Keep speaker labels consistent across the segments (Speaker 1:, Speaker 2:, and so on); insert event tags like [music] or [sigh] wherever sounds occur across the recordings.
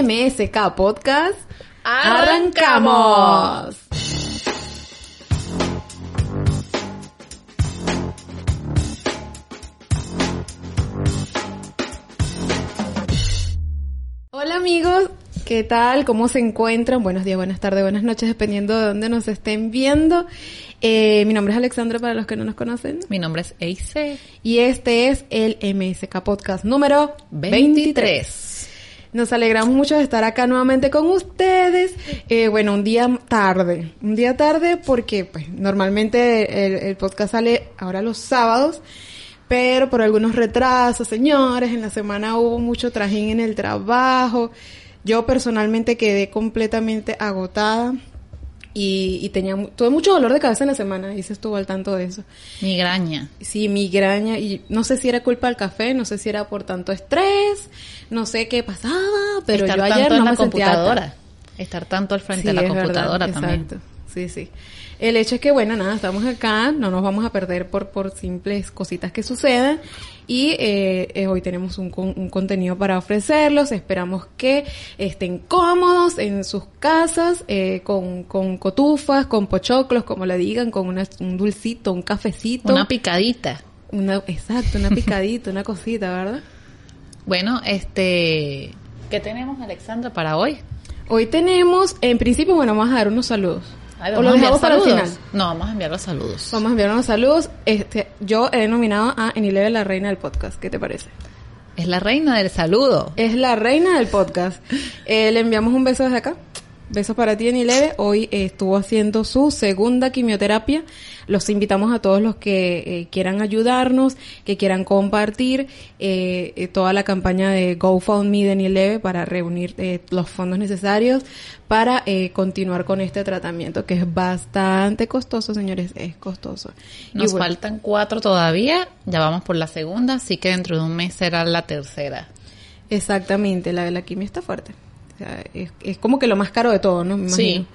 Speaker 1: MSK Podcast.
Speaker 2: ¡Arrancamos!
Speaker 1: Hola amigos, ¿qué tal? ¿Cómo se encuentran? Buenos días, buenas tardes, buenas noches, dependiendo de dónde nos estén viendo. Eh, mi nombre es Alexandra para los que no nos conocen.
Speaker 2: Mi nombre es Eice
Speaker 1: Y este es el MSK Podcast número 23.
Speaker 2: 23.
Speaker 1: Nos alegramos mucho de estar acá nuevamente con ustedes. Eh, bueno, un día tarde. Un día tarde porque pues, normalmente el, el podcast sale ahora los sábados, pero por algunos retrasos, señores, en la semana hubo mucho trajín en el trabajo. Yo personalmente quedé completamente agotada y, y tenía mu- tuve mucho dolor de cabeza en la semana y se estuvo al tanto de eso.
Speaker 2: Migraña.
Speaker 1: Sí, migraña y no sé si era culpa del café, no sé si era por tanto estrés, no sé qué pasaba, pero
Speaker 2: Estar
Speaker 1: yo
Speaker 2: tanto
Speaker 1: ayer
Speaker 2: en
Speaker 1: no
Speaker 2: la
Speaker 1: me sentía
Speaker 2: computadora.
Speaker 1: tan-
Speaker 2: Estar tanto al frente
Speaker 1: Sí,
Speaker 2: de la
Speaker 1: es verdad,
Speaker 2: computadora también.
Speaker 1: Exacto. Sí, sí. El hecho es que bueno, nada, estamos acá, no nos vamos a perder por por simples cositas que sucedan y eh, eh, hoy tenemos un, con- un contenido para ofrecerlos. Esperamos que estén cómodos en sus casas eh, con, con cotufas, con pochoclos, como le digan, con una- un dulcito, un cafecito,
Speaker 2: Una picadita.
Speaker 1: una, exacto,
Speaker 2: [laughs]
Speaker 1: una picadita, una cosita, ¿verdad?
Speaker 2: Bueno, este. ¿Qué tenemos, Alexandra, para hoy?
Speaker 1: Hoy tenemos, en principio, bueno, vamos a dar unos saludos.
Speaker 2: Ay,
Speaker 1: o lo
Speaker 2: enviar
Speaker 1: dejamos para el
Speaker 2: saludos.
Speaker 1: final.
Speaker 2: No, vamos a enviar los saludos.
Speaker 1: Vamos a enviar unos saludos. Este, yo he nominado a Enilera la reina del podcast. ¿Qué te parece?
Speaker 2: Es la reina del saludo.
Speaker 1: Es la reina del podcast. Eh, le enviamos un beso desde acá. Besos para ti, Enilere. Hoy eh, estuvo haciendo su segunda quimioterapia. Los invitamos a todos los que eh, quieran ayudarnos, que quieran compartir eh, eh, toda la campaña de GoFundMe de Enilere para reunir eh, los fondos necesarios para eh, continuar con este tratamiento que es bastante costoso, señores. Es costoso. Y
Speaker 2: Nos
Speaker 1: bueno,
Speaker 2: faltan cuatro todavía. Ya vamos por la segunda. Así que dentro de un mes será la tercera.
Speaker 1: Exactamente, la, la quimio está fuerte. O sea, es, es como que lo más caro de todo, ¿no? Me
Speaker 2: Sí.
Speaker 1: imagino.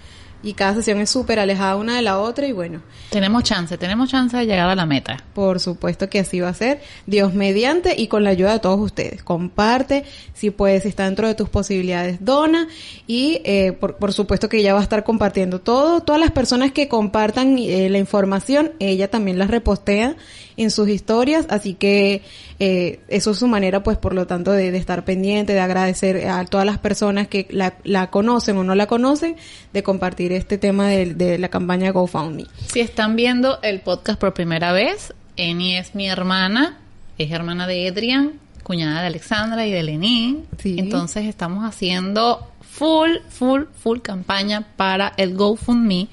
Speaker 1: Y cada sesión es súper alejada una de la otra y bueno,
Speaker 2: Tenemos chance, tenemos chance de llegar a la meta.
Speaker 1: por supuesto que así va a ser, Dios mediante y con la ayuda de todos ustedes. Comparte, si puedes, si está dentro de tus posibilidades, dona y eh, por, por supuesto que ella va a estar compartiendo todo. Todas las personas que compartan eh, la información, ella también las repostea en sus historias, así que eh, eso es su manera, pues por lo tanto, de, de estar pendiente, de agradecer a todas las personas que la, la conocen o no la conocen, de compartir este tema de, de la campaña GoFundMe.
Speaker 2: Si están viendo el podcast por primera vez, Eni es mi hermana, es hermana de Adrián, cuñada de Alexandra y de Lenín.
Speaker 1: Sí.
Speaker 2: Entonces estamos haciendo full, full, full campaña para el GoFundMe.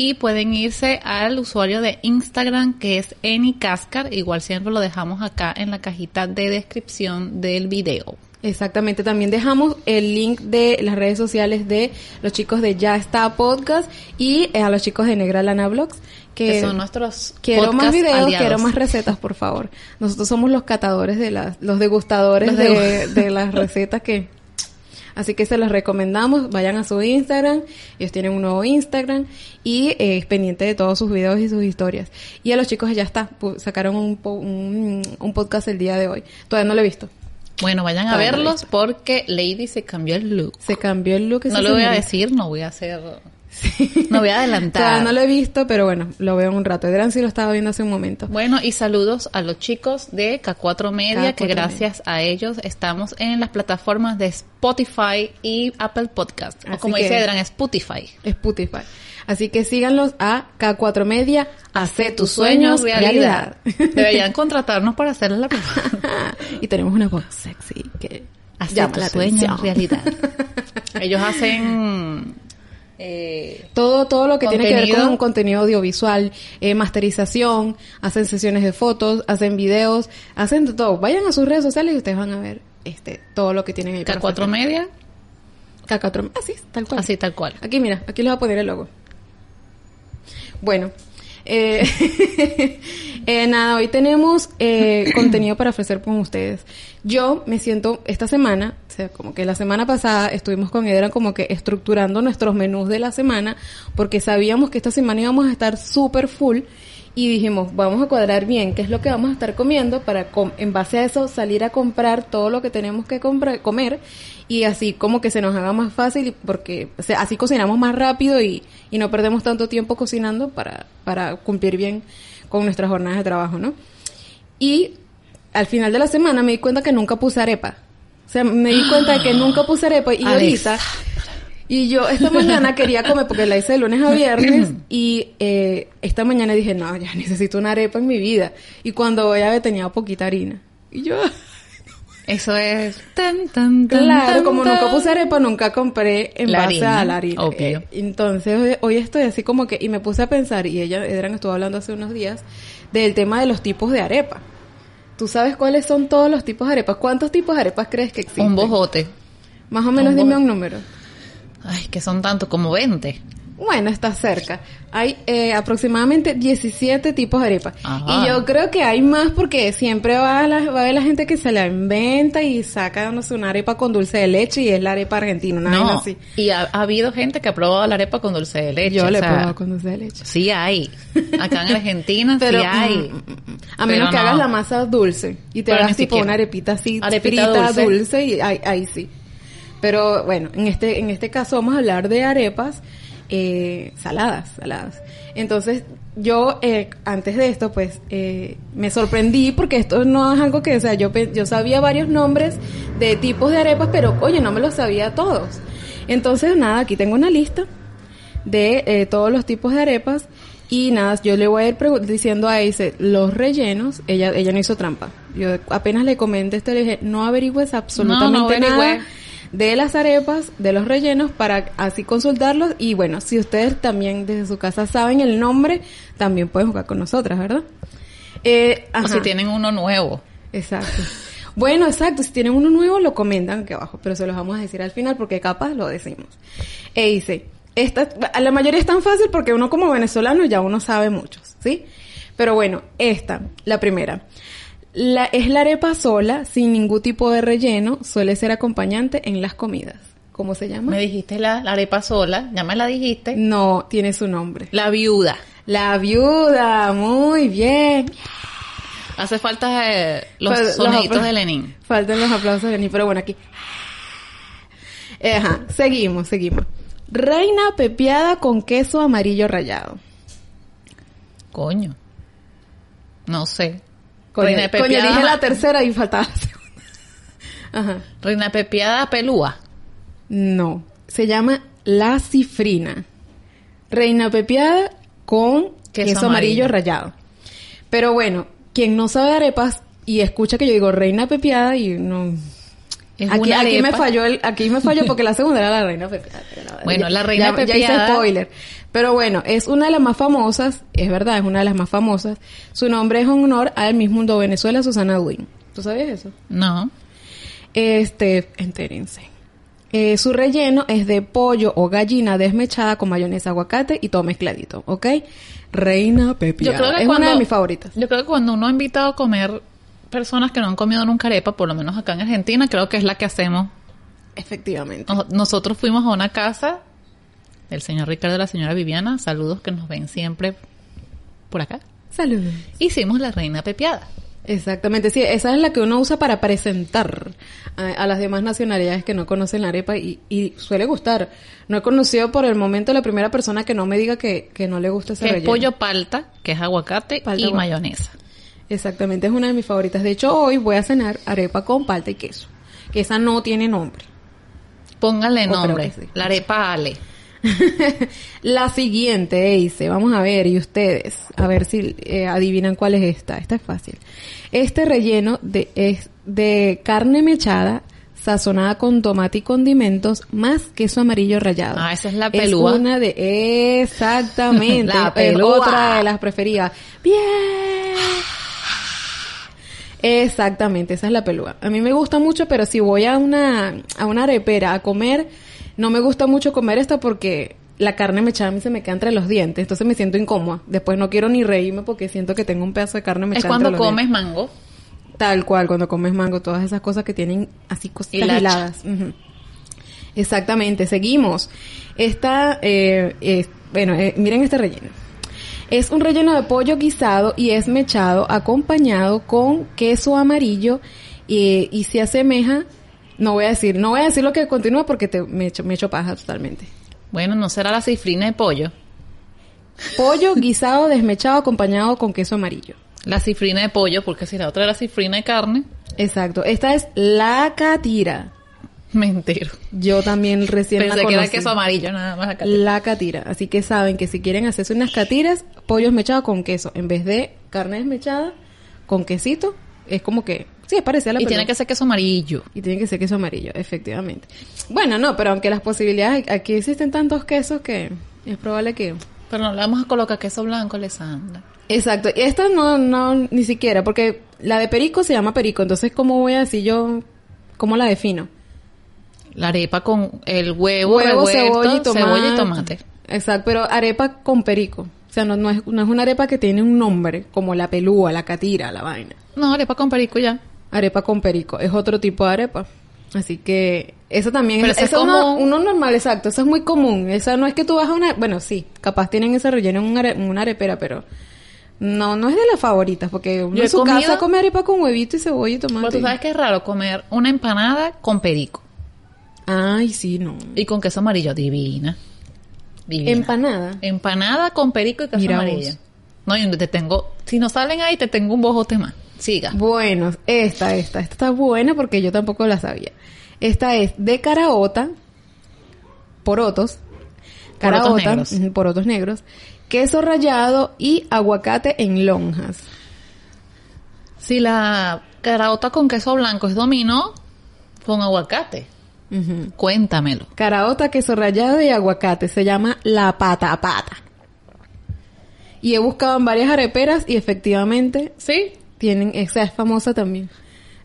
Speaker 2: Y pueden irse al usuario de Instagram que es Eni Cascar. Igual siempre lo dejamos acá en la cajita de descripción del video.
Speaker 1: Exactamente, también dejamos el link de las redes sociales de los chicos de Ya está Podcast y eh, a los chicos de Negra Lana Blogs que,
Speaker 2: Que son nuestros
Speaker 1: quiero más
Speaker 2: podcast
Speaker 1: videos,
Speaker 2: aliados.
Speaker 1: quiero más recetas, por favor. Nosotros somos los catadores de las, los degustadores
Speaker 2: Los
Speaker 1: de, de las recetas que Así que se los recomendamos, vayan a su Instagram, ellos tienen un nuevo Instagram y eh, es pendiente de todos sus videos y sus historias. Y a los chicos de ya está, pu- sacaron un, po- un, un podcast el día de hoy. Todavía no lo he visto.
Speaker 2: Bueno, vayan a
Speaker 1: Todavía no
Speaker 2: verlos porque Lady se cambió el look.
Speaker 1: Se cambió el look.
Speaker 2: No
Speaker 1: esa
Speaker 2: lo voy
Speaker 1: Pues
Speaker 2: a
Speaker 1: señorita.
Speaker 2: decir, no voy a hacer. No voy a
Speaker 1: [laughs]
Speaker 2: adelantar.
Speaker 1: Todavía no lo he visto, pero bueno, lo veo en un rato. Gran sí lo estaba viendo hace un momento.
Speaker 2: Bueno, y saludos a los chicos de K4 Media,
Speaker 1: K4
Speaker 2: que gracias a ellos estamos en las plataformas de Spotify y Apple Podcast.
Speaker 1: Así
Speaker 2: o como
Speaker 1: que-
Speaker 2: dice Edran, Spotify.
Speaker 1: Spotify. Así que síganlos a K4 Media. Hace tus sueños realidad. [laughs]
Speaker 2: Deberían contratarnos para hacerles la propaganda.
Speaker 1: y tenemos una voz sexy que
Speaker 2: Hacer
Speaker 1: llama
Speaker 2: tus
Speaker 1: la
Speaker 2: sueños
Speaker 1: atención.
Speaker 2: realidad. Ellos hacen. eh,
Speaker 1: [laughs] Todo, todo lo que tiene que ver
Speaker 2: Contenido.
Speaker 1: con contenido audiovisual, eh, masterización, hacen sesiones de fotos, hacen videos, hacen de todo. Vayan a sus redes sociales y ustedes van a ver este todo lo que tienen ahí. para
Speaker 2: K4
Speaker 1: ofrecer.
Speaker 2: Media,
Speaker 1: K4 Así, tal cual.
Speaker 2: así tal cual.
Speaker 1: Aquí, mira, aquí les voy a poner el logo. Bueno, eh, [laughs] eh, nada, hoy tenemos [coughs] eh, contenido para ofrecer con ustedes. Yo me siento esta semana, o sea, como que la semana pasada estuvimos con Edra como que estructurando nuestros menús de la semana, porque sabíamos que esta semana íbamos a estar súper full y dijimos, vamos a cuadrar bien qué es lo que vamos a estar comiendo para com en base a eso salir a comprar todo lo que tenemos que comer y así como que se nos haga más fácil porque o sea, así cocinamos más rápido y, y no perdemos tanto tiempo cocinando para, para cumplir bien con nuestras jornadas de trabajo, ¿no? Y al final de la semana me di cuenta que nunca puse arepa. O sea, me di cuenta de que nunca puse arepa y ahorita... Y yo esta mañana quería comer porque la hice de lunes a [clears throat] viernes y eh, esta mañana dije, no, ya necesito una arepa en mi vida. Y cuando voy a ver tenía poquita harina. Y [laughs] yo...
Speaker 2: Eso es... Tan, tan,
Speaker 1: tan, claro, como nunca puse arepa, nunca compré en la base harina, a la harina. Obvio. Eh, entonces hoy estoy así como que... Y me puse a pensar, y ella, Edran estuvo hablando hace unos días, del tema de los tipos de arepa. ¿Tú sabes cuáles son todos los tipos de arepas? ¿Cuántos tipos de arepas crees que existen?
Speaker 2: Un bojote.
Speaker 1: Más o menos un dime un número.
Speaker 2: Ay, que son tantos como 20.
Speaker 1: Bueno, está cerca. Hay eh, aproximadamente 17 tipos de arepas. Ajá. Y yo creo que hay más porque siempre va a, la, va a haber la gente que se la inventa y saca, no sé, una arepa con dulce de leche y es la arepa argentina, una no. así.
Speaker 2: Y ha, ha, habido gente que ha probado la arepa con dulce de leche.
Speaker 1: Yo la he probado con dulce de leche.
Speaker 2: Sí hay.
Speaker 1: [laughs]
Speaker 2: Acá en Argentina pero, sí
Speaker 1: mm,
Speaker 2: hay.
Speaker 1: A menos pero que no. hagas la masa dulce y te hagas tipo siquiera. una arepita así, arepita frita, dulce. dulce. y ahí, ahí sí. Pero bueno, en este, en este caso vamos a hablar de arepas eh, saladas, saladas. Entonces, yo eh, antes de esto, pues, eh, me sorprendí porque esto no es algo que, o sea, yo, yo sabía varios nombres de tipos de arepas, pero oye, no me los sabía todos. Entonces, nada, aquí tengo una lista de eh, todos los tipos de arepas y nada, yo le voy a ir diciendo a Ace los rellenos, ella, ella no hizo trampa. Yo apenas le comenté esto, le dije, no averigües absolutamente no, no nada. Averigüe de las arepas, de los rellenos, para así consultarlos. Y bueno, si ustedes también desde su casa saben el nombre, también pueden jugar con nosotras, ¿verdad?
Speaker 2: Eh, o si tienen uno nuevo.
Speaker 1: Exacto. Bueno, exacto. Si tienen uno nuevo, lo comentan aquí abajo, pero se los vamos a decir al final porque capaz lo decimos. E dice, esta, la mayoría es tan fácil porque uno como venezolano ya uno sabe muchos, ¿sí? Pero bueno, esta, la primera. La, es la arepa sola, sin ningún tipo de relleno, suele ser acompañante en las comidas. ¿Cómo se llama?
Speaker 2: Me dijiste la, la arepa sola, ya me la dijiste.
Speaker 1: No, tiene su nombre.
Speaker 2: La viuda.
Speaker 1: La viuda, muy bien.
Speaker 2: Hace falta eh, los Fal soniditos los de Lenin.
Speaker 1: Faltan los aplausos de Lenin, pero bueno, aquí. Eh, Ajá, seguimos, seguimos. Reina pepiada con queso amarillo rallado.
Speaker 2: Coño. No sé.
Speaker 1: Reina Pepiada. Coño, dije la tercera y faltaba la segunda. [laughs] Ajá.
Speaker 2: Reina Pepiada Pelúa.
Speaker 1: No. Se llama La Cifrina. Reina Pepiada con queso, queso amarillo. amarillo. rallado. Pero bueno, quien no sabe de arepas y escucha que yo digo Reina Pepiada y no. Es aquí, una aquí me falló el, aquí me falló porque la segunda era la [laughs] reina pepiada.
Speaker 2: La bueno, ya, la reina ya, pepiada.
Speaker 1: Ya hice spoiler. Pero bueno, es una de las más famosas, es verdad, es una de las más famosas. Su nombre es en honor al Miss Mundo Venezuela, Susana Duin. ¿Tú sabías eso?
Speaker 2: No.
Speaker 1: Este, entérense. Eh, su relleno es de pollo o gallina desmechada con mayonesa, aguacate y todo mezcladito, ¿ok? Reina pepiada. Yo creo que es
Speaker 2: cuando,
Speaker 1: una de mis favoritas.
Speaker 2: Yo creo que cuando uno ha invitado a comer personas que no han comido nunca arepa, por lo menos acá en Argentina, creo que es la que hacemos.
Speaker 1: Efectivamente.
Speaker 2: Nos, nosotros fuimos a una casa del señor Ricardo y la señora Viviana, saludos que nos ven siempre por acá.
Speaker 1: Saludos.
Speaker 2: Hicimos la reina pepiada.
Speaker 1: Exactamente, sí, esa es la que uno usa para presentar a, a las demás nacionalidades que no conocen la arepa y, y, suele gustar. No he conocido por el momento la primera persona que no me diga que, que no le gusta ese
Speaker 2: Es pollo palta, que es aguacate palta y aguacate. mayonesa.
Speaker 1: Exactamente, es una de mis favoritas. De hecho, hoy voy a cenar arepa con palta y queso. Que esa no tiene nombre.
Speaker 2: Póngale
Speaker 1: Oh,
Speaker 2: nombre. Sí. La arepa Ale.
Speaker 1: [laughs] la siguiente, eh, dice, vamos a ver, y ustedes, a ver si eh, adivinan cuál es esta. Esta es fácil. Este relleno de, es de carne mechada, sazonada con tomate y condimentos, más queso amarillo rallado.
Speaker 2: Ah, esa es la pelúa.
Speaker 1: Es una de, exactamente,
Speaker 2: [laughs] la pelúa.
Speaker 1: Es otra de las preferidas. Bien. [laughs]
Speaker 2: [gasps]
Speaker 1: Exactamente, esa es la pelúa. A mí me gusta mucho, pero si voy a una, a una arepera a comer, no me gusta mucho comer esta porque la carne mechada a mí se me queda entre los dientes, entonces me siento incómoda. Después no quiero ni reírme porque siento que tengo un pedazo de carne mechada.
Speaker 2: Es cuando
Speaker 1: entre los
Speaker 2: comes
Speaker 1: dientes.
Speaker 2: mango.
Speaker 1: Tal cual, cuando comes mango, todas esas cosas que tienen así cositas heladas. Uh -huh. Exactamente, seguimos. Esta, eh, es, bueno, eh, miren este relleno. Es un relleno de pollo guisado y es mechado acompañado con queso amarillo eh, y se asemeja, no voy a decir, no voy a decir lo que continúa porque te, me, echo, me echo paja totalmente.
Speaker 2: Bueno, no será la cifrina de pollo. [laughs]
Speaker 1: Pollo guisado desmechado acompañado con queso amarillo.
Speaker 2: La cifrina de pollo, porque si la otra era cifrina de carne, [laughs]
Speaker 1: Exacto. Esta es la catira.
Speaker 2: me entero.
Speaker 1: Yo también recién
Speaker 2: Pensé
Speaker 1: la
Speaker 2: que era
Speaker 1: conocí.
Speaker 2: queso amarillo, nada más acá.
Speaker 1: La catira. Así que saben que si quieren hacerse unas catiras, pollo esmechado con queso. En vez de carne desmechada con quesito, es como que... Sí, es parecida a la
Speaker 2: Y tiene
Speaker 1: pelota.
Speaker 2: que ser queso amarillo.
Speaker 1: Y tiene que ser queso amarillo, efectivamente. Bueno, no, pero aunque las posibilidades... Aquí existen tantos quesos que es probable que...
Speaker 2: Pero no le vamos a colocar queso blanco, Alessandra.
Speaker 1: Exacto. Y esta no, no, ni siquiera, porque la de perico se llama perico. Entonces, ¿cómo voy a decir yo... ¿Cómo la defino?
Speaker 2: La arepa con el huevo, revuelto, cebolla y tomate.
Speaker 1: Exacto, pero arepa con perico. O sea, no, no, es, no es una arepa que tiene un nombre, como la pelúa, la catira, la vaina.
Speaker 2: No, arepa con perico ya.
Speaker 1: Arepa con perico, es otro tipo de arepa. Así que eso también
Speaker 2: Pero
Speaker 1: es,
Speaker 2: esa es
Speaker 1: eso es una-
Speaker 2: común.
Speaker 1: uno normal, exacto, eso es muy común. Esa no es que tú vas a una, bueno, sí, capaz tienen ese relleno en una, are- en una arepera, pero no, no es de las favoritas, porque uno
Speaker 2: Yo he
Speaker 1: en su casa
Speaker 2: comido-
Speaker 1: come arepa con huevito y cebolla y tomate.
Speaker 2: Pero tú sabes que es raro comer una empanada con perico.
Speaker 1: Ay, sí, no.
Speaker 2: Y con queso amarillo, divina. Divina.
Speaker 1: Empanada.
Speaker 2: Empanada con perico y queso
Speaker 1: Mira
Speaker 2: amarillo.
Speaker 1: vos.
Speaker 2: No, yo te tengo... Si no salen ahí, te tengo un bojote más. Siga.
Speaker 1: Bueno, esta, esta, esta está buena porque yo tampoco la sabía. Esta es de caraota, porotos, caraota, ujú,
Speaker 2: negros.
Speaker 1: porotos negros, queso rallado y aguacate en lonjas.
Speaker 2: Si la caraota con queso blanco es dominó, con aguacate.
Speaker 1: Ujú.
Speaker 2: Cuéntamelo.
Speaker 1: Caraota, queso rallado y aguacate. Se llama la pata a pata. Y he buscado en varias areperas y efectivamente
Speaker 2: ¿Sí?
Speaker 1: tienen, esa es famosa también.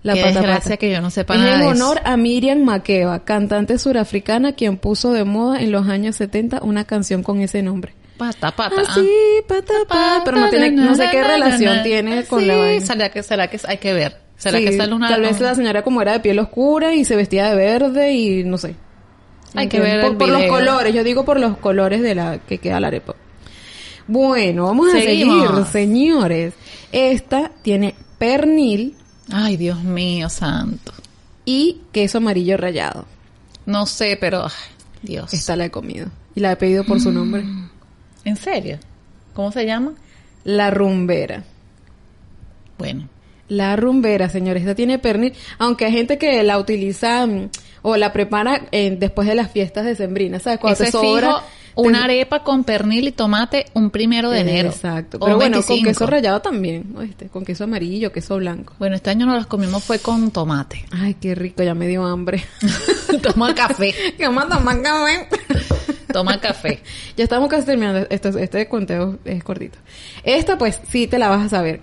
Speaker 1: La
Speaker 2: Qué
Speaker 1: pata a pata.
Speaker 2: desgracia que yo no sepa
Speaker 1: Es
Speaker 2: nada
Speaker 1: en
Speaker 2: de
Speaker 1: honor
Speaker 2: eso.
Speaker 1: a Miriam Makeba, cantante surafricana quien puso de moda en los años 70 una canción con ese nombre.
Speaker 2: Pata, pata. ah.
Speaker 1: Así, pata, pata, pero no, tiene, no sé qué relación tiene con la
Speaker 2: Ah, Sí,
Speaker 1: vaina.
Speaker 2: ¿Será que, será que hay que ver? ¿Será
Speaker 1: Sí,
Speaker 2: que sale una...
Speaker 1: Tal vez la señora como era de piel oscura y se vestía de verde y no sé.
Speaker 2: Hay que
Speaker 1: ¿Entiendes?
Speaker 2: ver el
Speaker 1: por, por los
Speaker 2: video.
Speaker 1: colores, yo digo por los colores de la que queda la arepa. Bueno, vamos a seguir,
Speaker 2: Seguimos.
Speaker 1: señores. Esta tiene pernil
Speaker 2: Ay, Dios mío, santo.
Speaker 1: y queso amarillo rallado.
Speaker 2: No sé, pero... ay, Dios.
Speaker 1: Esta la he comido y la he pedido por su nombre.
Speaker 2: Mm. ¿En serio? ¿Cómo se llama?
Speaker 1: La rumbera.
Speaker 2: Bueno.
Speaker 1: La rumbera, señores. Esta tiene pernil. Aunque hay gente que la utiliza mm, o la prepara eh, después de las fiestas decembrinas. ¿Sabes? Cuando
Speaker 2: Ese
Speaker 1: te sobra...
Speaker 2: fijo, una
Speaker 1: te-
Speaker 2: arepa con pernil y tomate un primero de enero.
Speaker 1: Exacto.
Speaker 2: O
Speaker 1: Pero
Speaker 2: un
Speaker 1: bueno, con
Speaker 2: 25.
Speaker 1: queso rallado también. ¿oíste? Con queso amarillo, queso blanco.
Speaker 2: Bueno, este año no las comimos fue con tomate. [laughs]
Speaker 1: Ay, qué rico. Ya me dio hambre. [laughs]
Speaker 2: Toma café.
Speaker 1: ¿Qué más café?
Speaker 2: Toma café.
Speaker 1: Ya estamos casi terminando. Esto, este conteo es cortito. Esta, pues, sí te la vas a saber.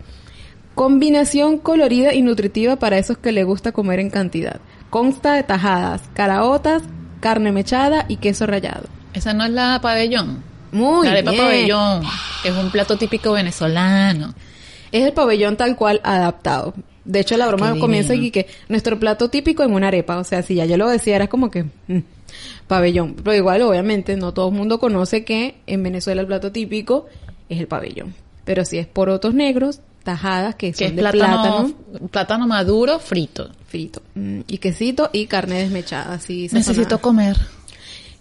Speaker 1: Combinación colorida y nutritiva para esos que le gusta comer en cantidad. Consta de tajadas, caraotas, carne mechada y queso rallado.
Speaker 2: Esa no es la pabellón.
Speaker 1: Muy
Speaker 2: la arepa
Speaker 1: bien.
Speaker 2: pabellón, que es un plato típico venezolano.
Speaker 1: Es el pabellón tal cual adaptado. De hecho, la broma
Speaker 2: qué
Speaker 1: comienza aquí
Speaker 2: divino.
Speaker 1: que nuestro plato típico en una arepa. O sea, si ya yo lo decía, era como que mm, pabellón. Pero igual, obviamente, no todo el mundo conoce que en Venezuela el plato típico es el pabellón. Pero si es porotos negros, tajadas que, son
Speaker 2: Que es
Speaker 1: de
Speaker 2: plátano,
Speaker 1: plátano,
Speaker 2: plátano maduro frito.
Speaker 1: frito. Mm, y quesito y carne desmechada. Así
Speaker 2: Necesito
Speaker 1: sazonada.
Speaker 2: comer.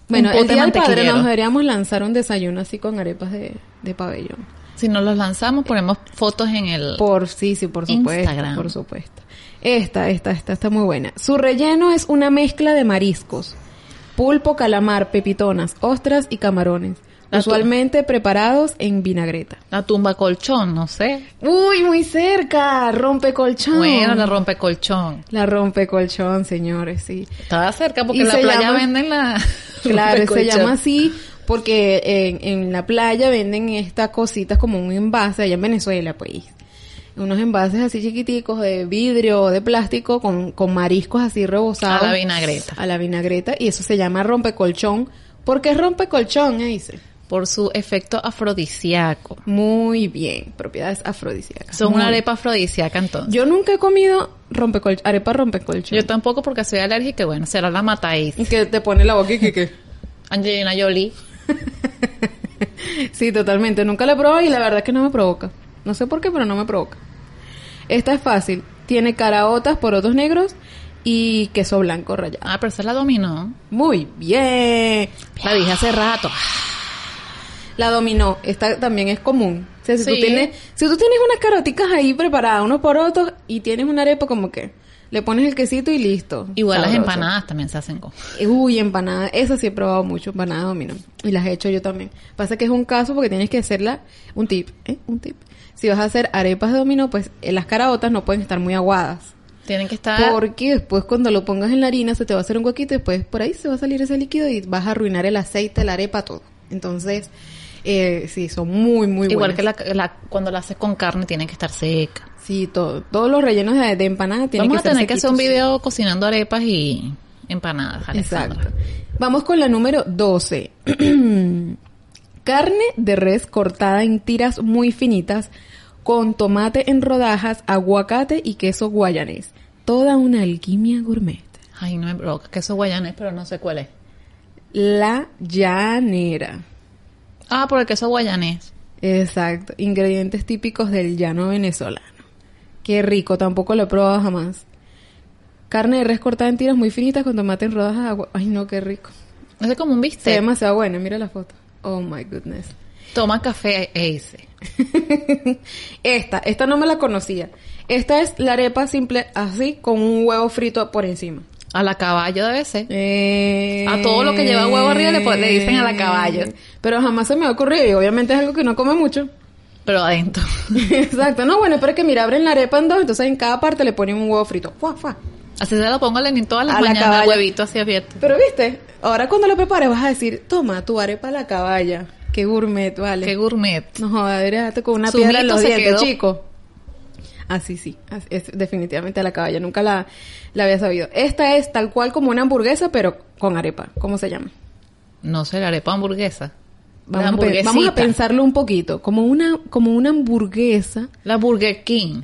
Speaker 1: Bueno,
Speaker 2: un
Speaker 1: el
Speaker 2: pote
Speaker 1: día del padre
Speaker 2: mantequillero.
Speaker 1: nos deberíamos lanzar un desayuno así con arepas de, de pabellón.
Speaker 2: Si no los lanzamos, ponemos fotos en el...
Speaker 1: Por sí, sí, por supuesto,
Speaker 2: Instagram.
Speaker 1: por supuesto. Esta, esta, esta está muy buena. Su relleno es una mezcla de mariscos, pulpo, calamar, pepitonas, ostras y camarones,
Speaker 2: La tu-
Speaker 1: usualmente preparados en vinagreta.
Speaker 2: La tumba colchón, no sé.
Speaker 1: Uy, muy cerca, rompe colchón.
Speaker 2: Bueno, la rompe colchón.
Speaker 1: la rompe colchón, señores, sí.
Speaker 2: Estaba cerca porque
Speaker 1: Y
Speaker 2: en la
Speaker 1: se
Speaker 2: playa
Speaker 1: llama- [laughs]
Speaker 2: venden la... [laughs]
Speaker 1: Claro, se
Speaker 2: rompecolchón.
Speaker 1: llama así porque en, en la playa venden estas cositas como un envase allá en Venezuela, pues. Unos envases así chiquiticos de vidrio o de plástico con, con mariscos así rebozados.
Speaker 2: A la vinagreta.
Speaker 1: A la vinagreta. Y eso se llama rompecolchón. porque es rompecolchón? eh, dice.
Speaker 2: Por su efecto afrodisíaco.
Speaker 1: Muy bien. Propiedades afrodisíacas.
Speaker 2: Son
Speaker 1: Muy
Speaker 2: una
Speaker 1: bien.
Speaker 2: arepa afrodisíaca entonces.
Speaker 1: Yo nunca he comido rompecol- arepa rompecolchón.
Speaker 2: Yo tampoco porque soy alérgica y
Speaker 1: [laughs]
Speaker 2: bueno, será la matáis.
Speaker 1: que te pone la boca y que... que-
Speaker 2: Angelina Jolie.
Speaker 1: [laughs] sí, totalmente. Nunca la probé y la verdad es que no me provoca. No sé por qué, pero no me provoca. Esta es fácil. Tiene caraotas por otros negros y queso blanco rallado.
Speaker 2: Ah, pero esa la dominó.
Speaker 1: Muy bien.
Speaker 2: La dije hace rato.
Speaker 1: La dominó. Esta también es común. O sea, si, tú
Speaker 2: Sí.
Speaker 1: tienes, si tú tienes unas caroticas ahí preparadas, unos por otros, y tienes una arepa como que le pones el quesito y listo.
Speaker 2: Igual las
Speaker 1: Sabroso.
Speaker 2: empanadas también se hacen con.
Speaker 1: Uy, empanadas. Esas sí he probado mucho, empanadas dominó. Y las he hecho yo también. Pasa que es un caso porque tienes que hacerla... Un tip, ¿eh? Un tip. Si vas a hacer arepas de dominó, pues eh, las caraotas no pueden estar muy aguadas.
Speaker 2: Tienen que estar.
Speaker 1: Porque después cuando lo pongas en la harina se te va a hacer un huequito y después por ahí se va a salir ese líquido y vas a arruinar el aceite, la arepa, todo. Entonces, eh, sí, son muy, muy
Speaker 2: Igual
Speaker 1: buenas.
Speaker 2: que la, la- cuando la haces con carne, tiene que estar seca.
Speaker 1: Sí, todo. Todos los rellenos de, de empanadas tienen
Speaker 2: Vamos a
Speaker 1: que ser
Speaker 2: tener que hacer un
Speaker 1: sequitos.
Speaker 2: video cocinando arepas y empanadas, Alexandra.
Speaker 1: Exacto. Vamos con la número 12. [clears throat] Carne de res cortada en tiras muy finitas con tomate en rodajas, aguacate y queso guayanés. Toda una alquimia gourmet.
Speaker 2: Ay, no me broca, queso guayanés, pero no sé cuál es.
Speaker 1: La llanera.
Speaker 2: Ah, por el queso guayanés.
Speaker 1: Exacto, ingredientes típicos del llano venezolano. Qué rico, tampoco lo he probado jamás. Carne de res cortada en tiras muy finitas con tomate en rodajas. agua- Ay, no, qué rico.
Speaker 2: Ese es como un
Speaker 1: Se ve
Speaker 2: bistec.
Speaker 1: demasiado buena, mira la foto. Oh my goodness.
Speaker 2: Toma café e ese.
Speaker 1: [laughs] Esta, esta no me la conocía. Esta es la arepa simple así con un huevo frito por encima.
Speaker 2: A la caballo debe ser.
Speaker 1: Eh,
Speaker 2: A todo lo que lleva huevo arriba le pon- le dicen a la caballo.
Speaker 1: Pero jamás se me ha ocurrido y obviamente es algo que no come mucho. [laughs]
Speaker 2: Pero adentro. [laughs]
Speaker 1: Exacto, no, bueno, pero es que mira, abren la arepa en dos, entonces en cada parte le ponen un huevo frito. ¡Fua, fua!
Speaker 2: Así se lo pongo a Lenin todas las
Speaker 1: A la
Speaker 2: mañanas,
Speaker 1: caballo.
Speaker 2: huevito así abierto.
Speaker 1: Pero viste, ahora cuando lo prepares vas a decir, toma tu arepa a la caballa. Qué gourmet, vale.
Speaker 2: Qué gourmet.
Speaker 1: No jodas, deberías darte con una
Speaker 2: Su
Speaker 1: piedra en
Speaker 2: mito
Speaker 1: los
Speaker 2: se
Speaker 1: dientes,
Speaker 2: quedó.
Speaker 1: chico. Así sí, así- es definitivamente a la caballa, nunca la, la había sabido. Esta es tal cual como una hamburguesa, pero con arepa. ¿Cómo se llama?
Speaker 2: No sé, la arepa hamburguesa.
Speaker 1: Vamos,
Speaker 2: la
Speaker 1: a, pe-
Speaker 2: hamburguesita.
Speaker 1: vamos a pensarlo un poquito, como una, como una
Speaker 2: [laughs]
Speaker 1: hamburguesa. [laughs]
Speaker 2: La Burger King.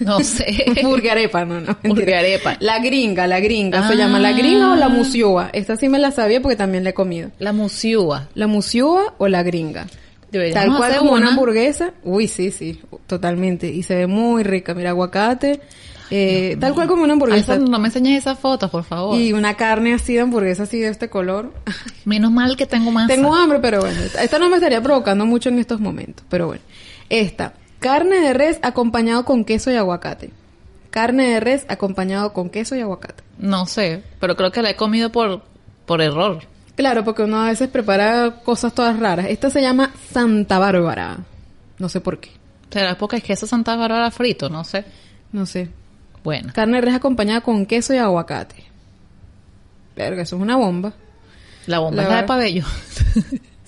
Speaker 2: No sé.
Speaker 1: Burgarepa, no, no. mentira.
Speaker 2: Burgarepa.
Speaker 1: La gringa, la gringa. Se
Speaker 2: Ah.
Speaker 1: llama la gringa o la musiúa. Esta sí me la sabía porque también la he comido.
Speaker 2: la Musiúa.
Speaker 1: La musiúa o la gringa.
Speaker 2: Deberíamos
Speaker 1: Tal cual
Speaker 2: hacer
Speaker 1: como una
Speaker 2: una.
Speaker 1: hamburguesa. Uy, sí, sí, totalmente. Y se ve muy rica. Mira, aguacate. Eh, tal cual como una hamburguesa.
Speaker 2: Alfonso, no me enseñes esas fotos, por favor.
Speaker 1: Y una carne así de hamburguesa, así de este color.
Speaker 2: Menos mal que tengo masa.
Speaker 1: Tengo hambre, pero bueno. esta- Esta no me estaría provocando mucho en estos momentos. Pero bueno. Esta. Carne de res acompañado con queso y aguacate. Carne de res acompañado con queso y aguacate.
Speaker 2: No sé, pero creo que la he comido por, por error.
Speaker 1: Claro, porque uno a veces prepara cosas todas raras. Esta se llama Santa Bárbara. No sé por qué.
Speaker 2: ¿Será porque es queso Santa Bárbara frito? No sé.
Speaker 1: No sé.
Speaker 2: Bueno.
Speaker 1: Carne de res acompañada con queso y aguacate. Verga, eso es una bomba.
Speaker 2: La bomba
Speaker 1: La
Speaker 2: es la de
Speaker 1: verdad.
Speaker 2: pabello.
Speaker 1: [laughs]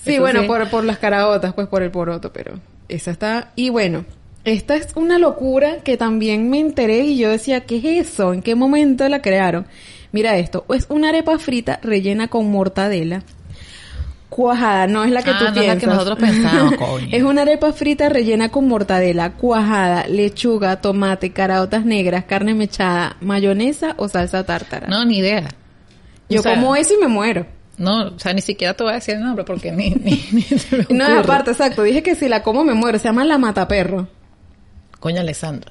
Speaker 1: Sí,
Speaker 2: Eso
Speaker 1: bueno,
Speaker 2: sí.
Speaker 1: Por, por las caraotas, pues por el poroto, pero esa está... Y bueno, esta es una locura que también me enteré y yo decía, ¿qué es eso? ¿En qué momento la crearon? Mira esto, es una arepa frita rellena con mortadela. Cuajada, no es la que
Speaker 2: Ah,
Speaker 1: tú
Speaker 2: no es la que
Speaker 1: piensas. [laughs]
Speaker 2: nosotros pensamos, coño.
Speaker 1: es una arepa frita rellena con mortadela, cuajada, lechuga, tomate, caraotas negras, carne mechada, mayonesa o salsa tártara.
Speaker 2: No, ni idea.
Speaker 1: Yo
Speaker 2: O sea,
Speaker 1: como eso y me muero.
Speaker 2: No, o sea, ni siquiera te voy a decir el nombre porque ni... [laughs] ni, ni se me
Speaker 1: [laughs] No,
Speaker 2: ocurre.
Speaker 1: aparte, exacto. Dije que si la como me muero. Se llama la mataperro.
Speaker 2: Coño, Alexandra.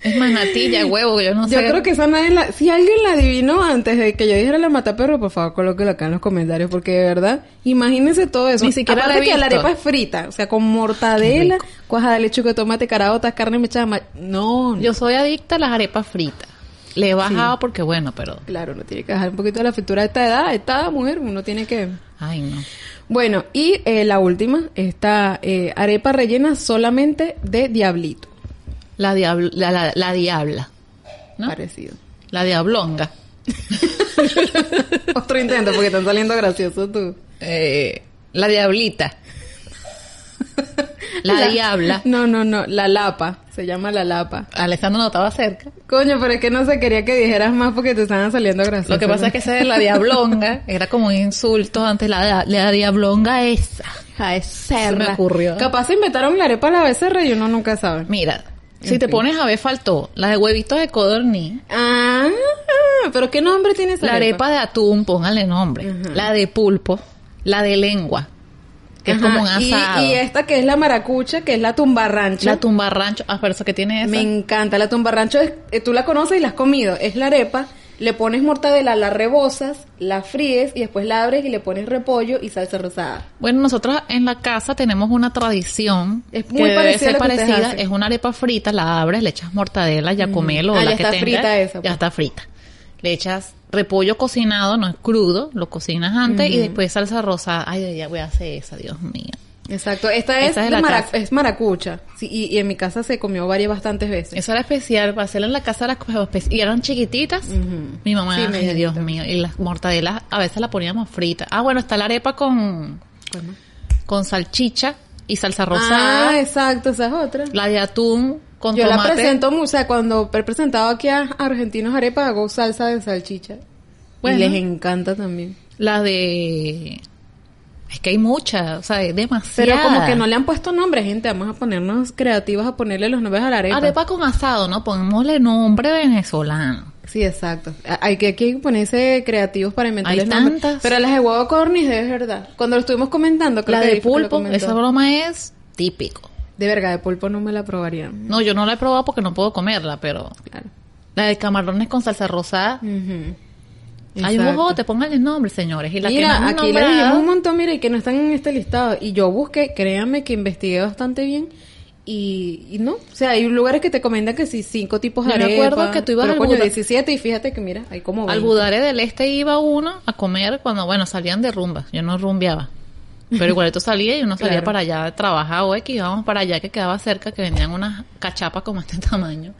Speaker 2: es manatilla, huevo, yo no
Speaker 1: Yo
Speaker 2: sé.
Speaker 1: creo que esa nadie la... Si alguien la adivinó antes de que yo dijera la mataperro, por favor, colóquelo acá en los comentarios. Porque de verdad, imagínense todo eso.
Speaker 2: Ni siquiera
Speaker 1: Aparte
Speaker 2: la he
Speaker 1: que la
Speaker 2: visto.
Speaker 1: arepa es frita. O sea, con mortadela, cuajada de lechuga, tomate, caraotas, carne mechada... ma- No, no.
Speaker 2: Yo soy adicta a las arepas fritas. Le he bajado porque bueno, pero...
Speaker 1: Claro, uno tiene que dejar un poquito de la fritura de esta edad. Esta mujer, uno tiene que...
Speaker 2: Ay, no.
Speaker 1: Bueno, y eh, la última. Esta eh, arepa rellena solamente de diablito.
Speaker 2: La, diabl- la, la- la diabla. ¿No?
Speaker 1: Parecido.
Speaker 2: La diablonga.
Speaker 1: [laughs] Otro intento, porque están saliendo graciosos tú.
Speaker 2: Eh, la diablita. La, diabla.
Speaker 1: [laughs] No, no, no. La lapa. Se llama la lapa.
Speaker 2: Alessandra no estaba cerca.
Speaker 1: Coño, pero es que no se quería que dijeras más porque te estaban saliendo graciosos.
Speaker 2: Lo que pasa es que esa de
Speaker 1: [laughs]
Speaker 2: la diablonga era como un insulto antes la, la diablonga esa.
Speaker 1: Ay,
Speaker 2: Se me ocurrió.
Speaker 1: Capaz se inventaron la arepa a la becerra y uno nunca sabe.
Speaker 2: Mira, si
Speaker 1: En
Speaker 2: te
Speaker 1: fin.
Speaker 2: pones a ver faltó la de huevitos de codorní.
Speaker 1: Ah, bueno, pero ¿qué nombre tiene esa
Speaker 2: La arepa de atún, póngale nombre.
Speaker 1: Ajá.
Speaker 2: La de pulpo, la de lengua, que es
Speaker 1: Ajá,
Speaker 2: como un
Speaker 1: y-
Speaker 2: asado.
Speaker 1: Y, esta que es la maracucha, que es la tumbarrancho.
Speaker 2: La tumbarrancho. Ah, pero eso que tiene esa.
Speaker 1: Me encanta. La tumbarrancho, es, eh, tú la conoces y la has comido. Es la arepa, le pones mortadela, la rebozas, la fríes y después la abres y le pones repollo y salsa rosada.
Speaker 2: Bueno, nosotros en la casa tenemos una tradición
Speaker 1: Es muy
Speaker 2: que debe
Speaker 1: parecida a
Speaker 2: ser
Speaker 1: lo que ustedes
Speaker 2: parecida.
Speaker 1: hacen.
Speaker 2: Es una arepa frita, la abres, le echas mortadela, yacomelo,
Speaker 1: Ah,
Speaker 2: o la
Speaker 1: ya
Speaker 2: que
Speaker 1: está
Speaker 2: tengas.
Speaker 1: frita esa, pues.
Speaker 2: Ya está frita. Le echas repollo cocinado, no es crudo, lo cocinas antes y después salsa rosada. Ay, ya voy a hacer esa, Dios mío.
Speaker 1: Exacto. Esta es,
Speaker 2: Esa es
Speaker 1: la
Speaker 2: la
Speaker 1: mara-
Speaker 2: casa.
Speaker 1: es maracucha. Sí, y, y en mi casa se comió varias bastantes veces.
Speaker 2: Eso era especial, para hacerla en la casa era como espe- pues, y eran chiquititas.
Speaker 1: Ujú.
Speaker 2: Mi mamá,
Speaker 1: Sí, me
Speaker 2: ay,
Speaker 1: dijiste.
Speaker 2: Dios mío, y las mortadelas a veces las poníamos fritas. Ah, bueno, está la arepa con,
Speaker 1: Bueno.
Speaker 2: con salchicha y salsa rosada.
Speaker 1: Ah, exacto, esa es otra.
Speaker 2: La de atún con
Speaker 1: Yo la
Speaker 2: tomate.
Speaker 1: presento, mu- o sea, cuando he presentado aquí a argentinos arepas, hago salsa de salchicha.
Speaker 2: Bueno.
Speaker 1: Y les encanta también.
Speaker 2: La de... Es que hay muchas, o sea, hay
Speaker 1: Pero
Speaker 2: demasiadas.
Speaker 1: como que no le han puesto nombre, gente. Vamos a ponernos creativas a ponerle los nombres a la arepa.
Speaker 2: Arepa con asado, ¿no? Pongámosle nombre venezolano.
Speaker 1: Sí, exacto. A- Hay que, aquí hay que ponerse creativos para inventarles
Speaker 2: Hay
Speaker 1: nombres.
Speaker 2: tantas.
Speaker 1: Pero las de huevo cornis, de verdad. Cuando lo estuvimos comentando, creo
Speaker 2: La
Speaker 1: que
Speaker 2: de
Speaker 1: Dave que lo
Speaker 2: pulpo,
Speaker 1: comentó.
Speaker 2: esa broma es típico.
Speaker 1: De verga, de pulpo no me la probarían.
Speaker 2: No, yo no la he probado porque no puedo comerla, pero...
Speaker 1: Claro.
Speaker 2: La de camarones con salsa rosada.
Speaker 1: Ujú.
Speaker 2: Hay un
Speaker 1: Exacto.
Speaker 2: bojote, pónganle nombre, señores. Y la que no
Speaker 1: Mira,
Speaker 2: han
Speaker 1: aquí les
Speaker 2: nombrado-
Speaker 1: dijimos un montón, mira, y que no están en este listado. Y yo busqué, créanme que investigué bastante bien. Y, y no, o sea, hay lugares que te comentan que sí, cinco tipos de
Speaker 2: Yo me
Speaker 1: arepa.
Speaker 2: acuerdo que tú ibas
Speaker 1: pero
Speaker 2: al
Speaker 1: coño,
Speaker 2: Buda-
Speaker 1: 17 y fíjate que mira, hay como
Speaker 2: Al
Speaker 1: 20.
Speaker 2: Budare del Este iba uno a comer cuando, bueno, salían de rumba. Yo no rumbeaba. Pero igualito salía y uno
Speaker 1: [laughs]
Speaker 2: salía
Speaker 1: Claro.
Speaker 2: para allá de trabajar o X, íbamos para allá que quedaba cerca, que vendían unas cachapas como este [laughs] tamaño,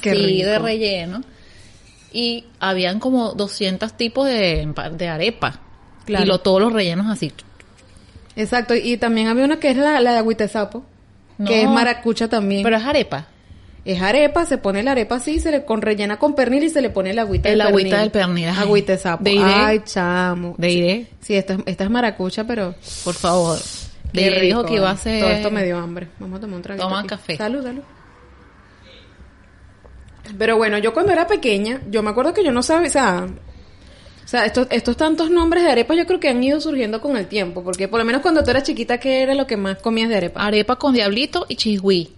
Speaker 1: Qué
Speaker 2: así
Speaker 1: rico.
Speaker 2: de relleno. Y habían como 200 tipos de, empa- de arepa.
Speaker 1: Claro.
Speaker 2: Y lo, todos los rellenos así.
Speaker 1: Exacto, y también había una que es la, la de agüita de sapo,
Speaker 2: No.
Speaker 1: que es maracucha también.
Speaker 2: Pero es arepa.
Speaker 1: Es arepa, se pone la arepa así, se le con rellena con pernil y se le pone la agüita
Speaker 2: El
Speaker 1: del
Speaker 2: agüita
Speaker 1: pernil.
Speaker 2: del pernil, ay.
Speaker 1: Agüita de sapo.
Speaker 2: De iré.
Speaker 1: Ay, chamo.
Speaker 2: Deiré,
Speaker 1: Sí, esta, es- esta es maracucha, pero...
Speaker 2: por favor.
Speaker 1: Qué
Speaker 2: Deiré dijo
Speaker 1: rico,
Speaker 2: que iba a
Speaker 1: ¿eh?
Speaker 2: ser...
Speaker 1: Todo esto me dio hambre. Vamos a tomar un traguito.
Speaker 2: Toma
Speaker 1: aquí.
Speaker 2: café.
Speaker 1: Salud, salud. Pero bueno, yo cuando era pequeña, yo me acuerdo que yo no sabía, o sea, o sea, estos, estos tantos nombres de arepas yo creo que han ido surgiendo con el tiempo, porque por lo menos cuando tú eras chiquita, ¿qué era lo que más comías de arepa?
Speaker 2: arepa con diablito y chigüí.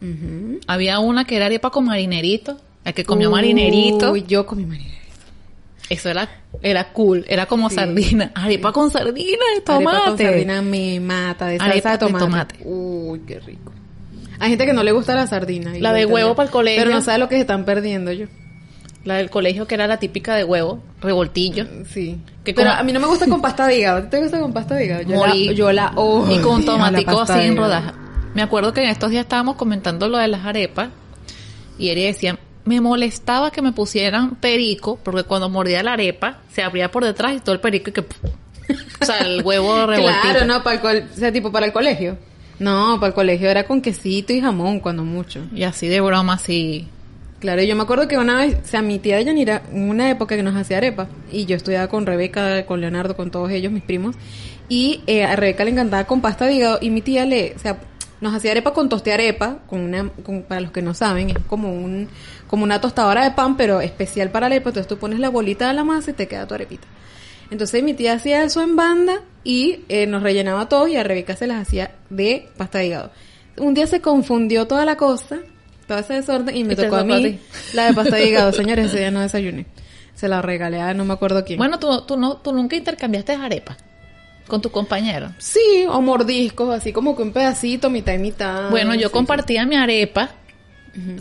Speaker 1: Ujú.
Speaker 2: Había una que era arepa con marinerito. El que comió marinerito.
Speaker 1: Uy, yo comí marinerito.
Speaker 2: Eso era, era cool. Era como
Speaker 1: Sí.
Speaker 2: sardina. Arepa con sardina de tomate.
Speaker 1: Arepa con sardina me mata, de salsa
Speaker 2: Arepa
Speaker 1: de
Speaker 2: de
Speaker 1: tomate.
Speaker 2: tomate.
Speaker 1: Uy, qué rico. Hay gente que no le gusta la sardina. y
Speaker 2: La
Speaker 1: yo
Speaker 2: de
Speaker 1: también.
Speaker 2: huevo pa'l colegio.
Speaker 1: Pero no sabe lo que se están perdiendo yo.
Speaker 2: La del colegio que era la típica de huevo, revoltillo.
Speaker 1: Sí.
Speaker 2: Que
Speaker 1: Pero
Speaker 2: coma-
Speaker 1: a mí no me gusta con pasta de hígado. ¿Te gusta con pasta de hígado? Yo
Speaker 2: Morí.
Speaker 1: la, yo la odio,
Speaker 2: y con
Speaker 1: la
Speaker 2: tomatico
Speaker 1: pasta
Speaker 2: así
Speaker 1: de
Speaker 2: en
Speaker 1: hígado.
Speaker 2: rodaja. Me acuerdo que en estos días estábamos comentando lo de las arepas. Y Eri decía, me molestaba que me pusieran perico, porque cuando mordía la arepa, se abría por detrás y todo el perico y que... [laughs] o sea, el huevo revoltito.
Speaker 1: [laughs] Claro, no, para el, col- o sea, tipo para el colegio. No, para el colegio era con quesito y jamón, cuando mucho.
Speaker 2: Y así de broma, así.
Speaker 1: Claro, y yo me acuerdo que una vez, o sea, mi tía Yanira, en una época que nos hacía arepa, y yo estudiaba con Rebeca, con Leonardo, con todos ellos, mis primos, y eh, a Rebeca le encantaba con pasta de hígado, y mi tía le, o sea, nos hacía arepa con tostearepa, con una, con- para los que no saben, es como un, como una tostadora de pan, pero especial para arepa, entonces tú pones la bolita de la masa y te queda tu arepita. Entonces mi tía hacía eso en banda y eh, nos rellenaba todos y a Rebeca se las hacía de pasta de hígado. Un día se confundió toda la cosa, todo ese desorden, y me
Speaker 2: Y te
Speaker 1: tocó a
Speaker 2: tocó a
Speaker 1: mí
Speaker 2: ti.
Speaker 1: Este la de pasta de hígado. Señores, ese día no desayuné. Se la regalé a no me acuerdo quién.
Speaker 2: Bueno, tú, tú, no, tú nunca intercambiaste arepa con tu compañero.
Speaker 1: sí, o mordiscos, así como que un pedacito, mitad y mitad.
Speaker 2: bueno, yo
Speaker 1: Ah, Sí,
Speaker 2: compartía mi arepa.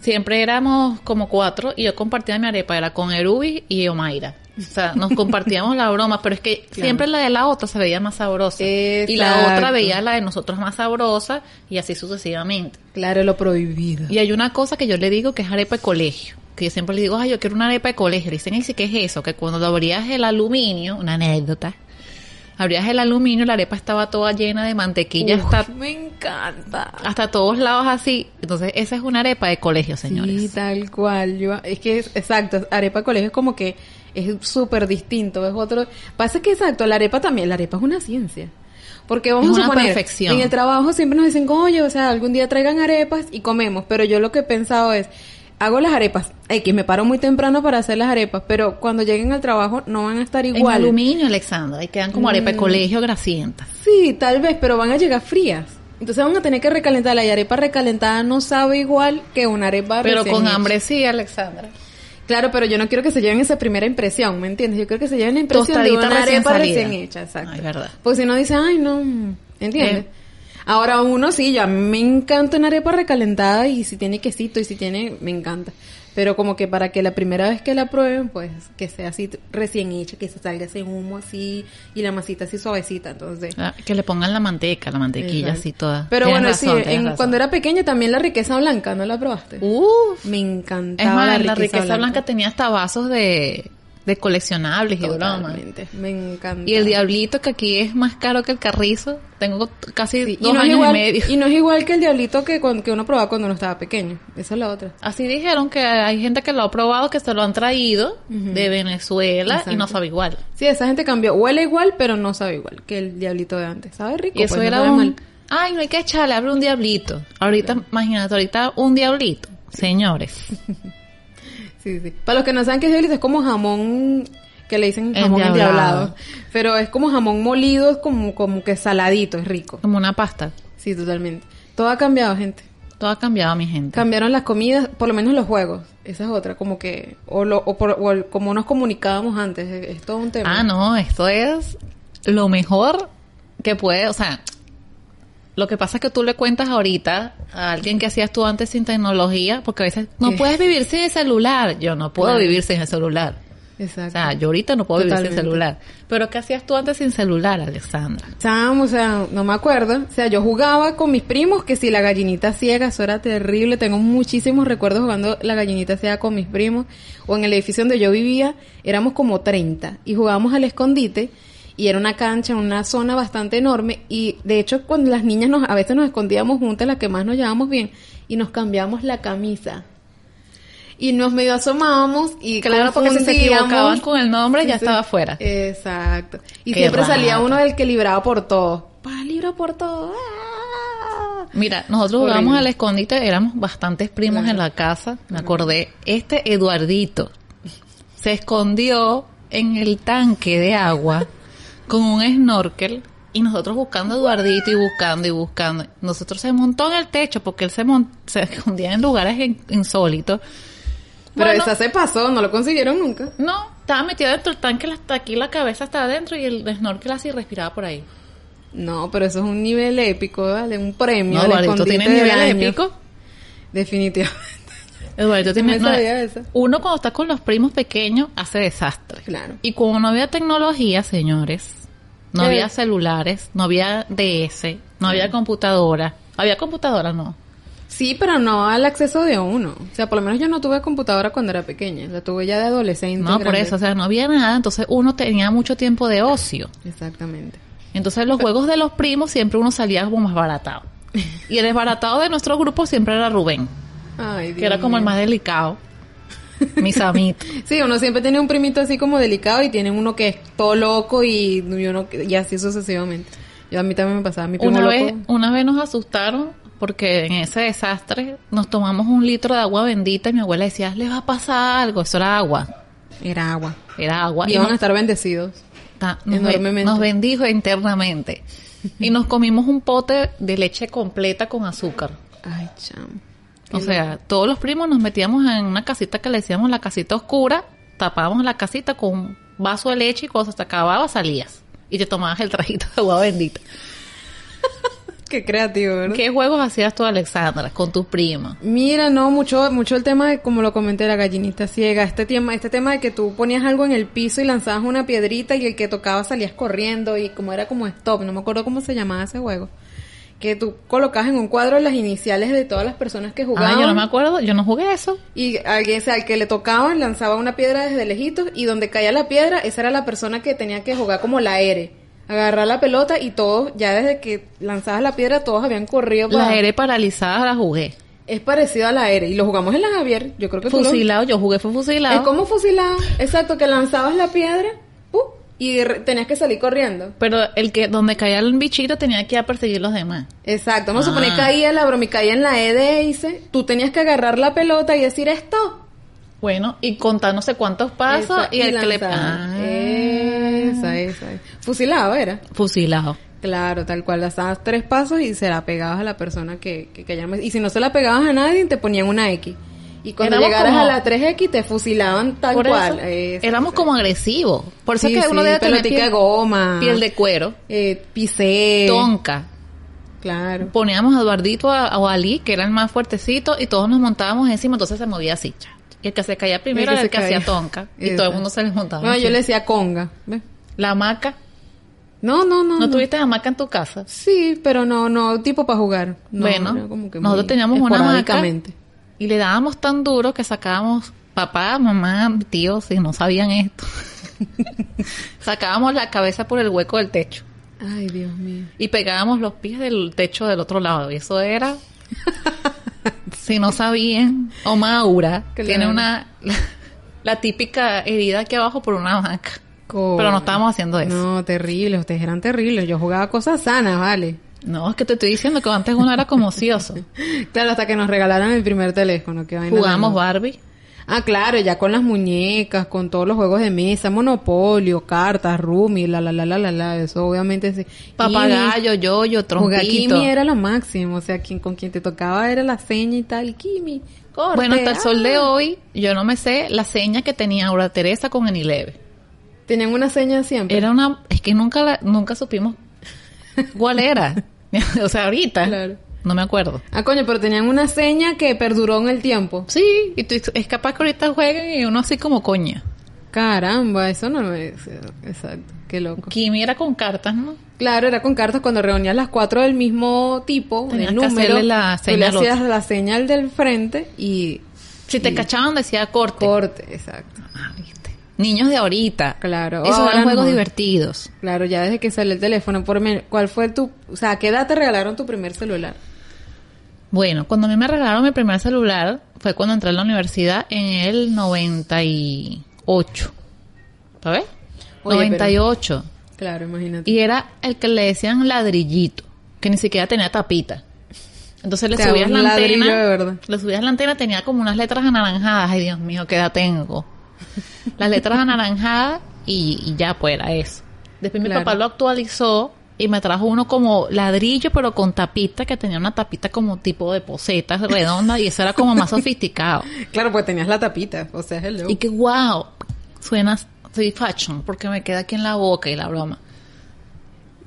Speaker 2: Siempre éramos como cuatro y yo compartía mi arepa. Era con Erubi y Omaira. O sea,
Speaker 1: [laughs]
Speaker 2: nos compartíamos la broma, pero es que siempre la de la otra se veía más sabrosa. Y la otra
Speaker 1: Exacto.
Speaker 2: veía la de nosotros más sabrosa y así sucesivamente.
Speaker 1: sí. Claro, lo prohibido.
Speaker 2: Y hay una cosa que yo le digo que es arepa de colegio. Que yo siempre le digo, ay, yo quiero una arepa de colegio. Le dicen, "Ey, ¿qué es eso? Que cuando abrías el aluminio, una anécdota, abrías el aluminio, la arepa estaba toda llena de mantequilla
Speaker 1: Uf,
Speaker 2: hasta,
Speaker 1: me encanta.
Speaker 2: hasta todos lados así. Entonces, esa es una arepa de colegio,
Speaker 1: Sí,
Speaker 2: señores.
Speaker 1: tal cual. Yo, es que es exacto, arepa de colegio es como que es súper distinto, es otro. Pasa que exacto, la arepa también, la arepa es una ciencia. Porque vamos
Speaker 2: Es
Speaker 1: a
Speaker 2: una
Speaker 1: suponer,
Speaker 2: perfección.
Speaker 1: en el trabajo siempre nos dicen, "Oye, o sea, algún día traigan arepas y comemos", pero yo lo que he pensado es hago las arepas. X, me paro muy temprano para hacer las arepas, pero cuando lleguen al trabajo no van a estar igual. Mm.
Speaker 2: En aluminio, Alexandra, y quedan como arepa de colegio grasientas.
Speaker 1: Sí, tal vez, pero van a llegar frías. Entonces van a tener que recalentarla y arepa recalentada no sabe igual que una arepa
Speaker 2: Pero
Speaker 1: Ah, recién
Speaker 2: con
Speaker 1: hecha.
Speaker 2: hambre sí, Alexandra.
Speaker 1: Claro, pero yo no quiero que se lleven esa primera impresión, ¿me entiendes? Yo quiero que se lleven la impresión de
Speaker 2: Tostadita
Speaker 1: una
Speaker 2: recién
Speaker 1: arepa
Speaker 2: salida.
Speaker 1: recién hecha, exacto.
Speaker 2: Ay, verdad.
Speaker 1: Pues si no dice, ay, no, ¿entiendes?
Speaker 2: Eh.
Speaker 1: Ahora uno sí, ya me encanta una arepa recalentada y si tiene quesito y si tiene, me encanta. Pero como que para que la primera vez que la prueben, pues que sea así t- recién hecha, que se salga ese humo así y la masita así suavecita, entonces.
Speaker 2: Ah, Que le pongan la manteca, la mantequilla
Speaker 1: exacto.
Speaker 2: así toda.
Speaker 1: Pero
Speaker 2: Tienes
Speaker 1: bueno,
Speaker 2: razón,
Speaker 1: sí,
Speaker 2: tienes
Speaker 1: en-
Speaker 2: razón.
Speaker 1: cuando era pequeña también la riqueza blanca, ¿no la probaste?
Speaker 2: Uf.
Speaker 1: Me
Speaker 2: Es
Speaker 1: encantaba
Speaker 2: más, la riqueza,
Speaker 1: blanca.
Speaker 2: blanca. tenía hasta vasos de, de coleccionables y bromas.
Speaker 1: Totalmente. Me encanta.
Speaker 2: Y el diablito que aquí es más caro que el carrizo. Tengo t- casi
Speaker 1: Sí,
Speaker 2: dos
Speaker 1: y no es
Speaker 2: años
Speaker 1: igual,
Speaker 2: y medio.
Speaker 1: y no es igual que el diablito que, cuan- que uno probaba cuando uno estaba pequeño. Esa es la otra.
Speaker 2: [laughs] Así dijeron que hay gente que lo ha probado, que se lo han traído
Speaker 1: Ujú.
Speaker 2: de Venezuela y no
Speaker 1: Exacto.
Speaker 2: sabe igual.
Speaker 1: Sí, esa gente cambió. Huele igual, pero no sabe igual que el diablito de antes. Sabe rico,
Speaker 2: Y eso
Speaker 1: pues, no
Speaker 2: era
Speaker 1: sabe
Speaker 2: un...
Speaker 1: mal.
Speaker 2: Ay, no hay que echarle, abre un diablito. Ahorita, imagínate, ahorita un diablito. Señores,
Speaker 1: Sí, sí. Para los que no saben qué es diablito, es como jamón que le dicen
Speaker 2: El
Speaker 1: jamón
Speaker 2: diablado.
Speaker 1: endiablado. Pero es como jamón molido, es como, como que saladito, es rico.
Speaker 2: como una pasta.
Speaker 1: Sí, totalmente. Todo ha cambiado, gente.
Speaker 2: Todo ha cambiado, mi gente.
Speaker 1: Cambiaron las comidas, por lo menos los juegos. Esa es otra, como que... O, lo, o, por- o el- como nos comunicábamos antes, es, es todo un tema.
Speaker 2: Ah, no, esto es lo mejor que puede, o sea, lo que pasa es que tú le cuentas ahorita a alguien que hacías tú antes sin tecnología, porque a veces no
Speaker 1: Sí.
Speaker 2: puedes vivir sin el celular. Yo no puedo
Speaker 1: Claro.
Speaker 2: vivir sin el celular.
Speaker 1: Exacto.
Speaker 2: O sea, yo ahorita no puedo vivir
Speaker 1: Totalmente.
Speaker 2: sin celular. Pero ¿qué hacías tú antes sin celular, Alexandra?
Speaker 1: Chamo, o sea, no me acuerdo. O sea, yo jugaba con mis primos que si la gallinita ciega, eso era terrible. Tengo muchísimos recuerdos jugando la gallinita ciega con mis primos. O en el edificio donde yo vivía, éramos como 30 y jugábamos al escondite. Y era una cancha, una zona bastante enorme. Y de hecho, cuando las niñas nos, a veces nos escondíamos juntas, las que más nos llevábamos bien, y nos cambiamos la camisa. Y nos medio asomábamos y
Speaker 2: Claro, porque si se
Speaker 1: confundíamos.
Speaker 2: equivocaban con el nombre, ya
Speaker 1: Sí, sí.
Speaker 2: estaba fuera.
Speaker 1: Exacto. Y
Speaker 2: Qué
Speaker 1: siempre salía
Speaker 2: rata.
Speaker 1: uno del que libraba por todo. Pa, libra por todo. ¡Ah!
Speaker 2: Mira, nosotros
Speaker 1: Horrible.
Speaker 2: jugábamos al escondite, éramos bastantes primos
Speaker 1: Claro.
Speaker 2: en la casa. Me acordé, este Eduardito se escondió en el tanque
Speaker 1: [laughs]
Speaker 2: de agua con un snorkel y nosotros buscando a Eduardito y buscando y buscando. Nosotros se montó en el techo porque él se, mon- se [laughs] escondía en lugares in- insólitos.
Speaker 1: Pero
Speaker 2: Bueno.
Speaker 1: esa se pasó, no lo consiguieron nunca.
Speaker 2: No, estaba metido dentro del tanque, hasta aquí la cabeza estaba adentro y el snorkel así respiraba por ahí.
Speaker 1: No, pero eso es un nivel épico, ¿vale? Un premio.
Speaker 2: No,
Speaker 1: al
Speaker 2: Eduardito
Speaker 1: escondite
Speaker 2: tiene
Speaker 1: del
Speaker 2: niveles
Speaker 1: año.
Speaker 2: épicos.
Speaker 1: Definitivamente.
Speaker 2: Eduardo tiene-
Speaker 1: me
Speaker 2: no,
Speaker 1: sabía eso.
Speaker 2: Uno cuando está con los primos pequeños hace desastre.
Speaker 1: Claro. Eh.
Speaker 2: Y como no había tecnología, señores, no
Speaker 1: Sí.
Speaker 2: había celulares, no había DS, no había computadora. Había computadora, no.
Speaker 1: Sí, pero no al acceso de uno. O sea, por lo menos yo no tuve computadora cuando era pequeña. La tuve ya de adolescente.
Speaker 2: No, por
Speaker 1: grande.
Speaker 2: eso, o sea, no había nada, entonces uno tenía mucho tiempo de ocio.
Speaker 1: Exactamente.
Speaker 2: Entonces los juegos de los primos siempre uno salía como más baratado.
Speaker 1: [laughs]
Speaker 2: Y el desbaratado de nuestro grupo siempre era Rubén,
Speaker 1: Ay, Dios
Speaker 2: que era como el
Speaker 1: mío.
Speaker 2: más delicado. Mis amigos.
Speaker 1: Sí, uno siempre tiene un primito así como delicado y tiene uno que es todo loco y, y uno que- y así sucesivamente. Yo a mí también me pasaba, mi primo
Speaker 2: Una
Speaker 1: loco.
Speaker 2: vez, una vez nos asustaron porque en ese desastre nos tomamos un litro de agua bendita y mi abuela decía, les va a pasar algo. Eso era agua.
Speaker 1: Era agua.
Speaker 2: Era agua.
Speaker 1: Y
Speaker 2: nos,
Speaker 1: van a estar bendecidos.
Speaker 2: ta- nos ben-
Speaker 1: enormemente.
Speaker 2: nos bendijo internamente. Y nos comimos un pote de leche completa con azúcar.
Speaker 1: Ay, chamo.
Speaker 2: O sea, todos los primos nos metíamos en una casita que le decíamos la casita oscura, tapábamos la casita con un vaso de leche y cuando se te acababa salías. Y te tomabas el trajito de agua bendita.
Speaker 1: [laughs] Qué creativo, ¿verdad?
Speaker 2: ¿Qué juegos hacías tú, Alexandra, con tu prima?
Speaker 1: Mira, no, mucho, mucho el tema de, como lo comenté, la gallinita ciega. Este tema, este tema de que tú ponías algo en el piso y lanzabas una piedrita y el que tocaba salías corriendo y como era como stop, no me acuerdo cómo se llamaba ese juego. Que tú colocabas en un cuadro las iniciales de todas las personas que jugaban.
Speaker 2: Ah, yo no me acuerdo, yo no jugué eso.
Speaker 1: Y alguien, o sea, al que le tocaban, lanzaba una piedra desde lejitos y donde caía la piedra, esa era la persona que tenía que jugar como la R. Agarrar la pelota y todos, ya desde que lanzabas la piedra, todos habían corrido para...
Speaker 2: La era paralizada la jugué.
Speaker 1: Es parecido a la R. Y lo jugamos en la Javier. Yo creo que tú lo-
Speaker 2: Fusilado, yo jugué fue fusilado.
Speaker 1: Es como fusilado. Exacto, que lanzabas la piedra, ¡pum! Y de re- tenías que salir corriendo.
Speaker 2: Pero el que donde caía el bichito tenía que ir a perseguir los demás.
Speaker 1: Exacto, vamos a
Speaker 2: Ah.
Speaker 1: suponer caía la broma y caía en la E de Ace, tú tenías que agarrar la pelota y decir esto.
Speaker 2: Bueno, y contar no sé cuántos pasos
Speaker 1: Esa-
Speaker 2: y el que le...
Speaker 1: lanzar.
Speaker 2: Ah.
Speaker 1: Esa, esa. Fusilado era.
Speaker 2: Fusilado.
Speaker 1: Claro, tal cual, lanzabas tres pasos y se la pegabas a la persona que, que, que llames. Y si no se la pegabas a nadie, te ponían una X. Y cuando
Speaker 2: Éramos
Speaker 1: llegaras
Speaker 2: como-
Speaker 1: a la 3X, te fusilaban tal
Speaker 2: Por
Speaker 1: cual.
Speaker 2: eso,
Speaker 1: Esa,
Speaker 2: éramos
Speaker 1: esa.
Speaker 2: como agresivos. Por eso
Speaker 1: Sí,
Speaker 2: es que uno
Speaker 1: sí,
Speaker 2: debe tener
Speaker 1: pelotica
Speaker 2: piel,
Speaker 1: de goma.
Speaker 2: piel de cuero,
Speaker 1: Eh, pisé.
Speaker 2: tonca.
Speaker 1: Claro.
Speaker 2: Poníamos a Eduardito a- o a Ali, que eran más fuertecitos, y todos nos montábamos encima, entonces se movía así. cha. Y el que se caía primero
Speaker 1: El que
Speaker 2: era
Speaker 1: se
Speaker 2: el que hacía
Speaker 1: caía. [laughs]
Speaker 2: tonca. Y
Speaker 1: Esa.
Speaker 2: todo el mundo se les montaba.
Speaker 1: No, yo
Speaker 2: encima.
Speaker 1: le decía conga. ¿ves?
Speaker 2: La maca.
Speaker 1: No, no, no.
Speaker 2: ¿No
Speaker 1: no.
Speaker 2: tuviste hamaca en tu casa?
Speaker 1: Sí, pero no, no, tipo para jugar. No,
Speaker 2: bueno,
Speaker 1: era como que muy
Speaker 2: nosotros teníamos una hamaca
Speaker 1: esporádicamente.
Speaker 2: y le dábamos tan duro que sacábamos papá, mamá, tíos, si no sabían esto. [laughs] sacábamos la cabeza por el hueco del techo
Speaker 1: Ay, Dios mío.
Speaker 2: y pegábamos los pies del techo del otro lado. Y eso era, si no sabían, o Maura
Speaker 1: Claro.
Speaker 2: tiene una la, la típica herida aquí abajo por una hamaca.
Speaker 1: Co-
Speaker 2: Pero no estábamos haciendo eso.
Speaker 1: No, terrible, ustedes eran terribles. Yo jugaba cosas sanas, vale.
Speaker 2: No, es que te estoy diciendo que antes uno era como ocioso.
Speaker 1: Claro, hasta que nos regalaron el primer teléfono. Que vaina
Speaker 2: Jugamos
Speaker 1: más loca.
Speaker 2: Barbie.
Speaker 1: Ah, claro, ya con las muñecas, con todos los juegos de mesa, monopolio, cartas, rumi, la, la, la, la, la, la. Eso obviamente sí.
Speaker 2: Papagayo, yoyo,
Speaker 1: Kimi, jugar
Speaker 2: trompito.
Speaker 1: Kimi era lo máximo. O sea, quien, con quien te tocaba era la seña y tal. Kimi, corte.
Speaker 2: Bueno, hasta el sol
Speaker 1: ah.
Speaker 2: de hoy, yo no me sé la seña que tenía Aura Teresa con Anileve.
Speaker 1: Tenían una seña siempre.
Speaker 2: Era una... Es que nunca la- nunca supimos cuál era. [laughs] o sea, ahorita
Speaker 1: Claro.
Speaker 2: no me acuerdo.
Speaker 1: Ah, coño, pero tenían una seña que perduró en el tiempo.
Speaker 2: Sí, y tú, es capaz que ahorita jueguen y uno así como coña.
Speaker 1: Caramba, eso no me... Exacto, qué loco.
Speaker 2: Kimi era con cartas, ¿no?
Speaker 1: Claro, era con cartas cuando reunías las cuatro del mismo tipo,
Speaker 2: Tenías
Speaker 1: el
Speaker 2: que
Speaker 1: número,
Speaker 2: hacerle la
Speaker 1: tú le
Speaker 2: señal al
Speaker 1: hacías la señal del frente y
Speaker 2: Si te
Speaker 1: Sí.
Speaker 2: cachaban decía corte.
Speaker 1: corte, exacto.
Speaker 2: Ah, viste. Niños de ahorita.
Speaker 1: Claro,
Speaker 2: Esos
Speaker 1: ahora
Speaker 2: eran juegos
Speaker 1: no.
Speaker 2: divertidos.
Speaker 1: Claro, ya desde que salió el teléfono, por men- ¿cuál fue tu, o sea, a qué edad te regalaron tu primer celular?
Speaker 2: Bueno, cuando a mí me regalaron mi primer celular fue cuando entré a la universidad en el 98. ¿Sabes?
Speaker 1: Oye,
Speaker 2: 98.
Speaker 1: Claro, imagínate.
Speaker 2: Y era el que le decían ladrillito, que ni siquiera tenía tapita. Entonces le
Speaker 1: O sea,
Speaker 2: subías
Speaker 1: un
Speaker 2: la
Speaker 1: ladrillo
Speaker 2: antena.
Speaker 1: de verdad.
Speaker 2: Le subías la antena, tenía como unas letras anaranjadas. Ay, Dios mío, qué edad tengo.
Speaker 1: [laughs]
Speaker 2: Las letras anaranjadas y, y ya, pues era eso. Después
Speaker 1: Claro.
Speaker 2: mi papá lo actualizó y me trajo uno como ladrillo, pero con tapita, que tenía una tapita como tipo de posetas redonda y eso era como
Speaker 1: [laughs]
Speaker 2: más sofisticado.
Speaker 1: Claro, pues tenías la tapita, o sea, hello.
Speaker 2: Y que wow, suena, soy fashion, porque me queda aquí en la boca y la broma.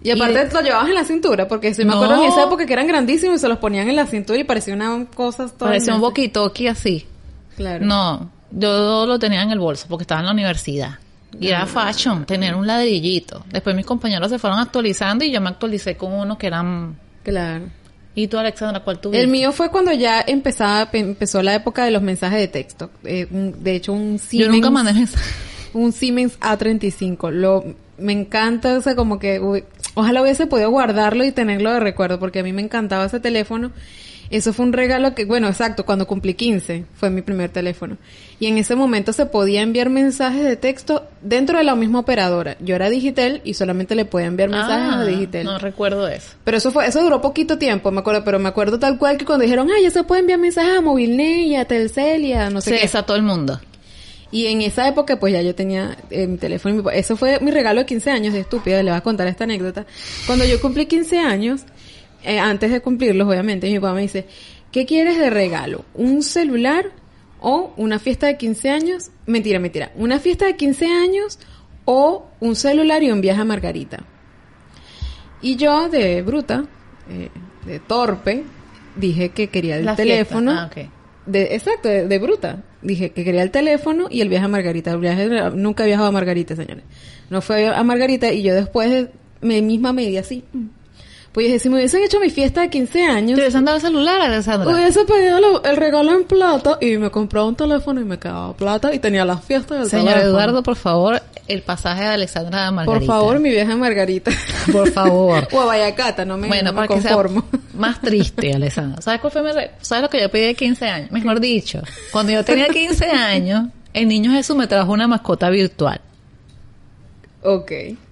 Speaker 1: Y aparte
Speaker 2: y-
Speaker 1: lo llevabas en la cintura, porque si me
Speaker 2: No.
Speaker 1: acuerdo en esa época que eran grandísimos y se los ponían en la cintura y parecía una cosa... toda
Speaker 2: Parecía un
Speaker 1: inmensa.
Speaker 2: walkie-talkie así.
Speaker 1: Claro.
Speaker 2: No, yo lo tenía en el bolso porque estaba en la universidad. Y
Speaker 1: Ah.
Speaker 2: era fashion, tener un ladrillito. Después mis compañeros se fueron actualizando y yo me actualicé con unos que eran...
Speaker 1: Claro.
Speaker 2: ¿Y tú, Alexandra, cuál tuviste?
Speaker 1: El mío fue cuando ya empezaba, pe- empezó la época de los mensajes de texto. Eh, un- de hecho, un
Speaker 2: Yo
Speaker 1: Siemens,
Speaker 2: nunca manejé esa.
Speaker 1: un Siemens A35. Lo, me encanta, o sea, como que uy, ojalá hubiese podido guardarlo y tenerlo de recuerdo, porque a mí me encantaba ese teléfono. Eso fue un regalo que, bueno, exacto, cuando cumplí 15 fue mi primer teléfono. Y en ese momento se podía enviar mensajes de texto dentro de la misma operadora. Yo era Digitel y solamente le podía enviar mensajes
Speaker 2: Ah,
Speaker 1: a Digitel.
Speaker 2: No recuerdo eso.
Speaker 1: Pero eso fue, eso duró poquito tiempo, me acuerdo, pero me acuerdo tal cual que cuando dijeron, ah, ya se puede enviar mensajes a Movilnet y a Telcel y a no sé
Speaker 2: Sí,
Speaker 1: qué.
Speaker 2: esa todo el mundo.
Speaker 1: Y en esa época, pues ya yo tenía eh, mi teléfono. y mi pa- Eso fue mi regalo de 15 años, de estúpida, le voy a contar esta anécdota. Cuando yo cumplí 15 años, eh, antes de cumplirlos, obviamente, mi papá me dice, ¿qué quieres de regalo? ¿Un celular o una fiesta de 15 años? Mentira, mentira. ¿Una fiesta de 15 años o un celular y un viaje a Margarita? Y yo, de bruta, eh, de torpe, dije que quería el
Speaker 2: La fiesta.
Speaker 1: teléfono.
Speaker 2: Ah, ok.
Speaker 1: De, exacto, de, de bruta. Dije que quería el teléfono y el viaje a Margarita. El viaje, nunca he viajado a Margarita, señores. No fue a Margarita y yo después me misma me di así. mm. Pues dije, si me hubiesen hecho mi fiesta de 15
Speaker 2: ¿Te
Speaker 1: años, pues
Speaker 2: hubiesen dado el celular, Alexandra?
Speaker 1: hubiese pedido lo- el regalo en plata y me compraba un teléfono y me quedaba plata y tenía las fiestas del
Speaker 2: Señor
Speaker 1: teléfono.
Speaker 2: Eduardo, por favor, el pasaje de Alexandra a Margarita.
Speaker 1: Por favor, mi viaje a Margarita.
Speaker 2: Por favor.
Speaker 1: [laughs] o a Vallacata, no me,
Speaker 2: Bueno,
Speaker 1: no me
Speaker 2: para que sea
Speaker 1: [laughs] conformo.
Speaker 2: más triste, Alessandra. ¿Sabes cuál fue mi re- ¿Sabes lo que yo pedí de 15 años? Mejor dicho,
Speaker 1: [laughs]
Speaker 2: cuando yo tenía 15 años, el niño Jesús me trajo una mascota virtual.
Speaker 1: Ok,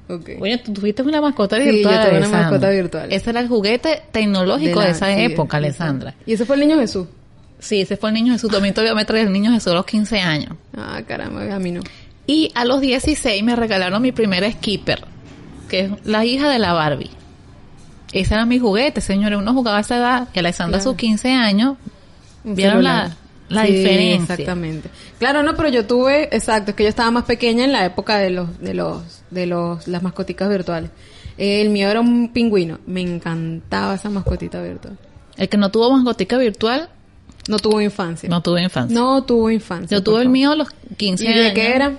Speaker 1: ok.
Speaker 2: Oye, tú tuviste una mascota
Speaker 1: Sí, yo
Speaker 2: virtual.
Speaker 1: tuve una
Speaker 2: Alessandra.
Speaker 1: mascota virtual.
Speaker 2: Ese era el juguete tecnológico de,
Speaker 1: la-
Speaker 2: esa
Speaker 1: sí,
Speaker 2: época,
Speaker 1: exacto.
Speaker 2: Alessandra.
Speaker 1: Y ese fue el niño Jesús.
Speaker 2: Sí, ese fue el niño Jesús. También todavía me trae el niño Jesús a los 15 años.
Speaker 1: Ah, caramba, a mí no.
Speaker 2: Y a los 16 me regalaron mi primera Skipper, que es la hija de la Barbie. Ese era mi juguete, señores. Uno jugaba a esa edad y Alessandra a
Speaker 1: Claro.
Speaker 2: sus 15 años.
Speaker 1: Un
Speaker 2: ¿Vieron
Speaker 1: celular.
Speaker 2: la, la
Speaker 1: Sí,
Speaker 2: diferencia?
Speaker 1: Exactamente. Claro, no, pero yo tuve, exacto, es que yo estaba más pequeña en la época de los, de los, de los, las mascoticas virtuales. Eh, El mío era un pingüino. Me encantaba esa mascotita virtual.
Speaker 2: El que no tuvo mascotica virtual
Speaker 1: No tuvo infancia.
Speaker 2: no tuvo infancia.
Speaker 1: No tuvo infancia.
Speaker 2: Yo
Speaker 1: por
Speaker 2: tuve el
Speaker 1: favor.
Speaker 2: mío a los 15
Speaker 1: ¿Y
Speaker 2: años.
Speaker 1: de qué era?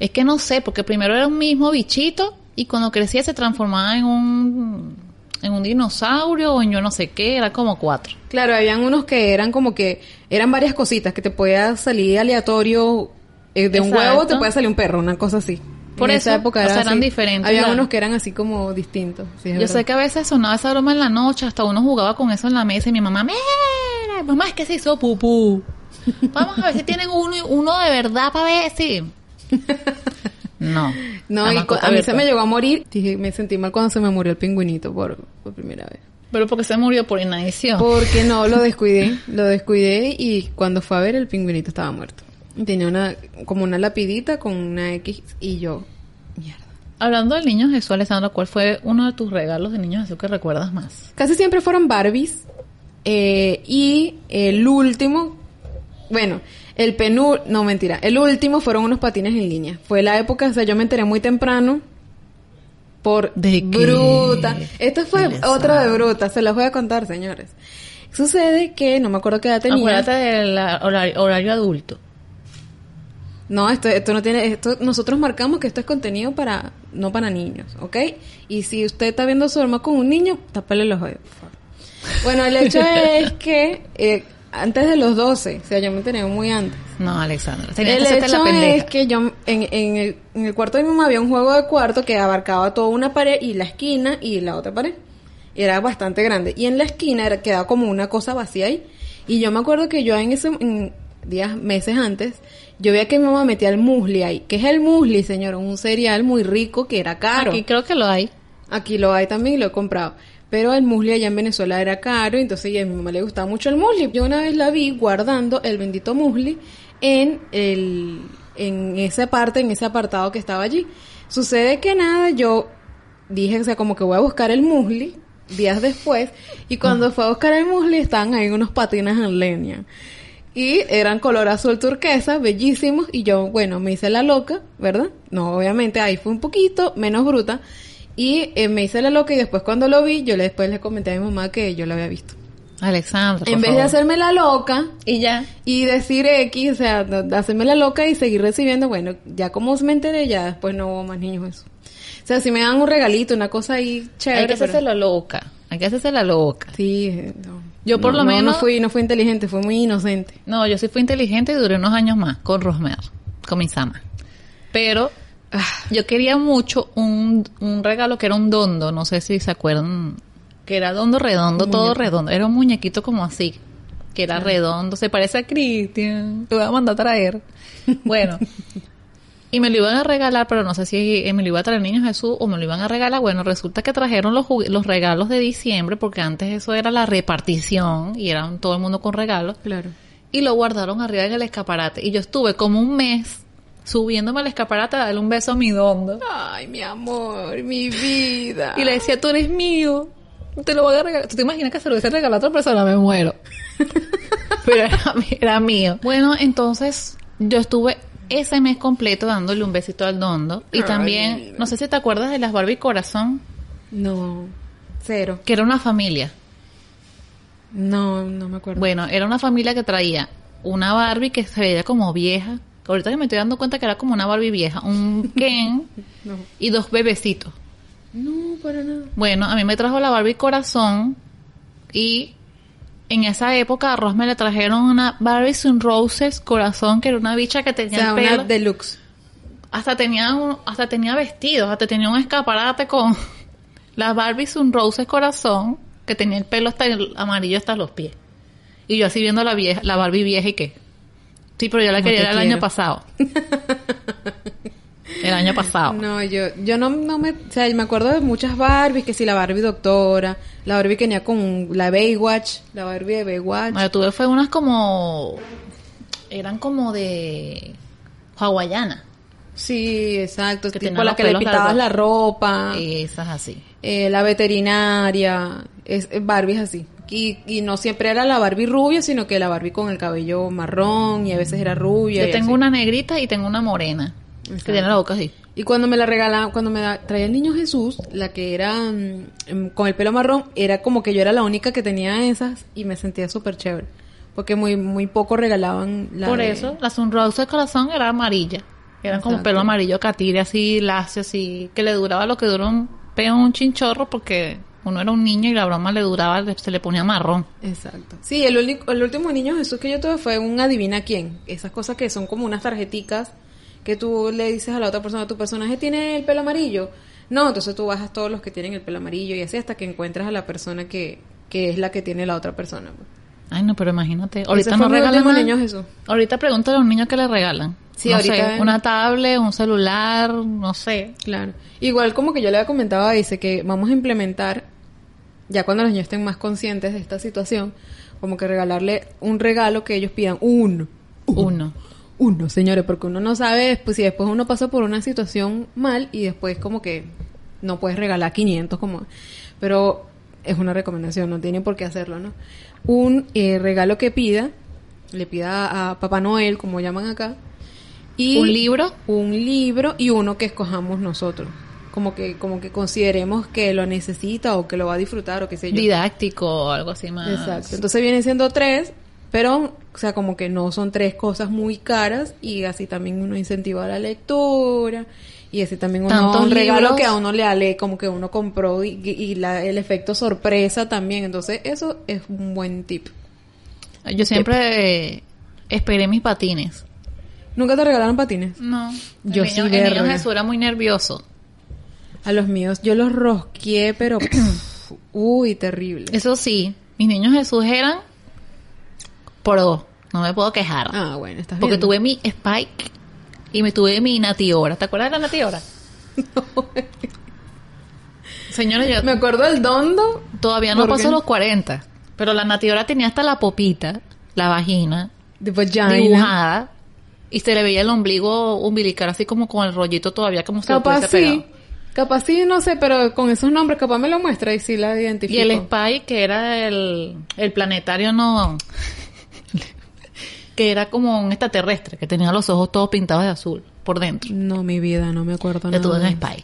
Speaker 2: Es que no sé, porque primero era un mismo bichito y cuando crecía se transformaba en un, en un dinosaurio o en yo no sé qué, era como cuatro.
Speaker 1: Claro, habían unos que eran como que eran varias cositas que te podía salir aleatorio eh, de un
Speaker 2: Exacto.
Speaker 1: huevo te puede salir un perro, una cosa así.
Speaker 2: Por
Speaker 1: En
Speaker 2: eso,
Speaker 1: esa época
Speaker 2: o
Speaker 1: era
Speaker 2: sea, eran
Speaker 1: así.
Speaker 2: diferentes,
Speaker 1: Había
Speaker 2: claro.
Speaker 1: unos que eran así como distintos. sí, es
Speaker 2: Yo sé
Speaker 1: verdad.
Speaker 2: que a veces sonaba esa broma en la noche, hasta uno jugaba con eso en la mesa y mi mamá, mira, mamá, es que se
Speaker 1: [laughs]
Speaker 2: hizo pupú. Vamos a ver si tienen uno, y- uno de verdad para ver
Speaker 1: [laughs]
Speaker 2: si... No.
Speaker 1: No,
Speaker 2: la
Speaker 1: y cu-
Speaker 2: mascota
Speaker 1: a mí se
Speaker 2: virtual.
Speaker 1: me llegó a morir. Dije, me sentí mal cuando se me murió el pingüinito por, por primera vez.
Speaker 2: Pero porque se murió por inanición.
Speaker 1: Porque no, lo descuidé. Lo descuidé y cuando fue a ver, el pingüinito estaba muerto. Y Tenía una, como una lapidita con una X y yo, mierda.
Speaker 2: Hablando del niño Jesús, Alessandra, ¿cuál fue uno de tus regalos de niño Jesús que recuerdas más?
Speaker 1: Casi siempre fueron Barbies. eh, y el último, bueno, el penú, no mentira, el último fueron unos patines en línea. Fue la época, o sea, yo me enteré muy temprano por
Speaker 2: ¿De qué?
Speaker 1: bruta. Esto fue
Speaker 2: Les
Speaker 1: otra de
Speaker 2: hablo.
Speaker 1: bruta, se las voy a contar, señores. Sucede que, no me acuerdo qué edad tenía.
Speaker 2: Acuérdate del horario, horario adulto.
Speaker 1: No, esto, esto no tiene, esto, nosotros marcamos que esto es contenido para, no para niños, ¿ok? Y si usted está viendo su hermano con un niño, tapale los oídos, por favor. Bueno, el hecho es que eh, antes de los 12, o sea, yo me tenía muy antes.
Speaker 2: No, Alexandra. Tenías que
Speaker 1: El
Speaker 2: hacerte la
Speaker 1: hecho es
Speaker 2: pendeja.
Speaker 1: que yo en, en el, en el cuarto de mi mamá había un juego de cuarto que abarcaba toda una pared y la esquina y la otra pared. Era bastante grande. Y en la esquina era, quedaba como una cosa vacía ahí. Y yo me acuerdo que yo en ese en días, meses antes, yo veía que mi mamá metía el musli ahí. ¿Qué es el musli, señor? Un cereal muy rico que era caro.
Speaker 2: Aquí creo que lo hay.
Speaker 1: Aquí lo hay también y lo he comprado. Pero el musli allá en Venezuela era caro, entonces y a mi mamá le gustaba mucho el musli. Yo una vez la vi guardando el bendito musli en el en esa parte, en ese apartado que estaba allí. Sucede que nada, yo dije, o sea, como que voy a buscar el musli días después y cuando fue a buscar el musli estaban ahí unos patines en leña. Y eran color azul turquesa, bellísimos. Y yo, bueno, me hice la loca, ¿verdad? No, obviamente, ahí fue un poquito menos bruta. Y eh, me hice la loca y después cuando lo vi, yo le, después le comenté a mi mamá que yo lo había visto.
Speaker 2: Alexandra, por
Speaker 1: en vez de
Speaker 2: favor.
Speaker 1: hacerme la loca
Speaker 2: Y ya.
Speaker 1: y decir X, o sea, no- de hacerme la loca y seguir recibiendo, bueno, ya como me enteré, ya después no hubo más niños eso. O sea, si me dan un regalito, una cosa ahí chévere.
Speaker 2: hay que
Speaker 1: pero-
Speaker 2: hacerse la loca. Hay que hacerse la loca.
Speaker 1: Sí, eh, no.
Speaker 2: Yo por
Speaker 1: No,
Speaker 2: lo
Speaker 1: no,
Speaker 2: menos-
Speaker 1: No fui, no fui inteligente, fui muy inocente.
Speaker 2: No, yo sí fui inteligente y duré unos años más con Rosmer, con mi sama. Pero yo quería mucho un, un regalo que era un dondo, no sé si se acuerdan, que era dondo redondo,
Speaker 1: Un
Speaker 2: todo
Speaker 1: muñeco.
Speaker 2: redondo. Era un muñequito como así, que era redondo, se parece a Cristian, te voy a mandar a traer. Bueno, y me lo iban a regalar, pero no sé si eh, me lo iba a traer Niño Jesús o me lo iban a regalar. Bueno, resulta que trajeron los, jugu- los regalos de diciembre, porque antes eso era la repartición y era un- todo el mundo con regalos
Speaker 1: Claro.
Speaker 2: y lo guardaron arriba en el escaparate. Y yo estuve como un mes subiéndome al escaparate a darle un beso a mi dondo.
Speaker 1: Ay, mi amor, mi vida.
Speaker 2: Y le decía, tú eres mío, te lo voy a regalar. ¿Tú te imaginas que se lo hubiese regalado a otra persona? Me muero. [laughs] Pero era, mí- era mío. Bueno, entonces yo estuve ese mes completo dándole un besito al dondo. Y
Speaker 1: Ay, mi
Speaker 2: también,
Speaker 1: vida.
Speaker 2: no sé si te acuerdas de las Barbie Corazón,
Speaker 1: No, cero.
Speaker 2: que era una familia.
Speaker 1: No, no me acuerdo.
Speaker 2: Bueno, era una familia que traía una Barbie que se veía como vieja. Ahorita que me estoy dando cuenta que era como una Barbie vieja, un Ken
Speaker 1: No.
Speaker 2: y dos bebecitos.
Speaker 1: No, para nada.
Speaker 2: Bueno, a mí me trajo la Barbie Corazón y en esa época a Ross me le trajeron una Barbie Sun Roses Corazón que era una bicha que
Speaker 1: O
Speaker 2: tenía
Speaker 1: sea,
Speaker 2: el pelo.
Speaker 1: una deluxe.
Speaker 2: Hasta tenía un- hasta tenía vestidos, hasta tenía un escaparate con [laughs] la Barbie Sun Roses Corazón que tenía el pelo hasta el amarillo hasta los pies. Y yo así viendo la vieja, la Barbie vieja y qué. Sí, pero yo la
Speaker 1: Como [laughs]
Speaker 2: quería
Speaker 1: te
Speaker 2: el
Speaker 1: quiero.
Speaker 2: año pasado. el año pasado.
Speaker 1: No, yo, yo no, no me, o sea, yo me acuerdo de muchas Barbies, que si la Barbie doctora, la Barbie que venía con la Baywatch, la Barbie de Baywatch.
Speaker 2: No, yo tuve fue unas como, eran como de hawaiana,
Speaker 1: Sí, exacto,
Speaker 2: Que
Speaker 1: tipo
Speaker 2: tenían
Speaker 1: la
Speaker 2: los
Speaker 1: que le
Speaker 2: pelos
Speaker 1: pitabas
Speaker 2: largos.
Speaker 1: la ropa,
Speaker 2: esas así.
Speaker 1: eh, la veterinaria, es, eh, Barbies así. Y, y no siempre era la Barbie rubia, sino que la Barbie con el cabello marrón y a veces era rubia.
Speaker 2: Yo
Speaker 1: y
Speaker 2: tengo
Speaker 1: así.
Speaker 2: una negrita y tengo una morena, que tiene la boca así.
Speaker 1: Y cuando me la regalaban, cuando me la- traía el niño Jesús, la que era mm, em, con el pelo marrón, era como que yo era la única que tenía esas y me sentía súper chévere. Porque muy, muy poco regalaban la
Speaker 2: Por
Speaker 1: de-
Speaker 2: eso, la sunrose de corazón era amarilla. Eran como
Speaker 1: Exacto.
Speaker 2: pelo amarillo catire, así, lacio, así, que le duraba lo que duró un peo, un chinchorro, porque uno era un niño y la broma le duraba, le- se le ponía marrón.
Speaker 1: Exacto. Sí, el, único, el último niño Jesús que yo tuve fue un adivina quién. Esas cosas que son como unas tarjeticas que tú le dices a la otra persona, tu personaje tiene el pelo amarillo. No, entonces tú bajas todos los que tienen el pelo amarillo y así hasta que encuentras a la persona que, que es la que tiene la otra persona. pues.
Speaker 2: Ay, no, pero imagínate.
Speaker 1: Ese
Speaker 2: Ahorita
Speaker 1: fue
Speaker 2: no
Speaker 1: mi
Speaker 2: regalan
Speaker 1: último
Speaker 2: nada.
Speaker 1: niño Jesús.
Speaker 2: Ahorita pregúntale a un niño que le regalan.
Speaker 1: Sí,
Speaker 2: no
Speaker 1: ahorita-
Speaker 2: Sé, una tablet, un celular, no sé.
Speaker 1: Claro. Igual como que yo le había comentado a Aise que vamos a implementar, ya cuando los niños estén más conscientes de esta situación, como que regalarle un regalo que ellos pidan. Uno.
Speaker 2: Uno.
Speaker 1: Uno, señores, porque uno no sabe pues, si después uno pasa por una situación mal y después como que no puedes regalar 500 como... Pero es una recomendación, no tiene por qué hacerlo, ¿no? Un eh, regalo que pida, le pida a Papá Noel, como llaman acá, y
Speaker 2: Un libro.
Speaker 1: un libro y uno que escojamos nosotros. Como que, como que consideremos que lo necesita o que lo va a disfrutar o qué sé yo.
Speaker 2: Didáctico o algo así más.
Speaker 1: Exacto. Entonces vienen siendo tres, pero, o sea, como que no son tres cosas muy caras y así también uno incentiva la lectura y así también uno
Speaker 2: Tantos
Speaker 1: un regalo
Speaker 2: libros.
Speaker 1: que a uno le ale, como que uno compró y, y la- el efecto sorpresa también. Entonces eso es un buen tip.
Speaker 2: Yo siempre eh, esperé mis patines.
Speaker 1: ¿Nunca te regalaron patines?
Speaker 2: No. El
Speaker 1: Yo
Speaker 2: niño-
Speaker 1: sí,
Speaker 2: El niño
Speaker 1: verga.
Speaker 2: Jesús era muy nervioso.
Speaker 1: A los míos, yo los rosqué, [clears throat] pero... pff, uy, terrible.
Speaker 2: Eso sí, mis niños Jesús eran pro. No me puedo quejar.
Speaker 1: Ah, bueno, estás
Speaker 2: porque
Speaker 1: bien.
Speaker 2: tuve mi Spike y me tuve mi Natiora. ¿Te acuerdas de la [laughs] Natiora? Señora, yo
Speaker 1: Me acuerdo del dondo.
Speaker 2: todavía no
Speaker 1: ¿Por
Speaker 2: paso
Speaker 1: qué?
Speaker 2: los 40. Pero la Natiora tenía hasta la popita, la vagina,
Speaker 1: De vagina.
Speaker 2: dibujada. Y se le veía el ombligo umbilical así como con el rollito todavía como se lo
Speaker 1: Capaz
Speaker 2: tuviese pegado.
Speaker 1: sí. Capaz sí, no sé, pero con esos nombres capaz me lo muestra y sí la identifico.
Speaker 2: Y el Spy, que era el, el planetario, no. que era como un extraterrestre, que tenía los ojos todos pintados de azul por dentro.
Speaker 1: No, mi vida, no me acuerdo
Speaker 2: Le
Speaker 1: nada.
Speaker 2: tuve un
Speaker 1: más.
Speaker 2: Spy.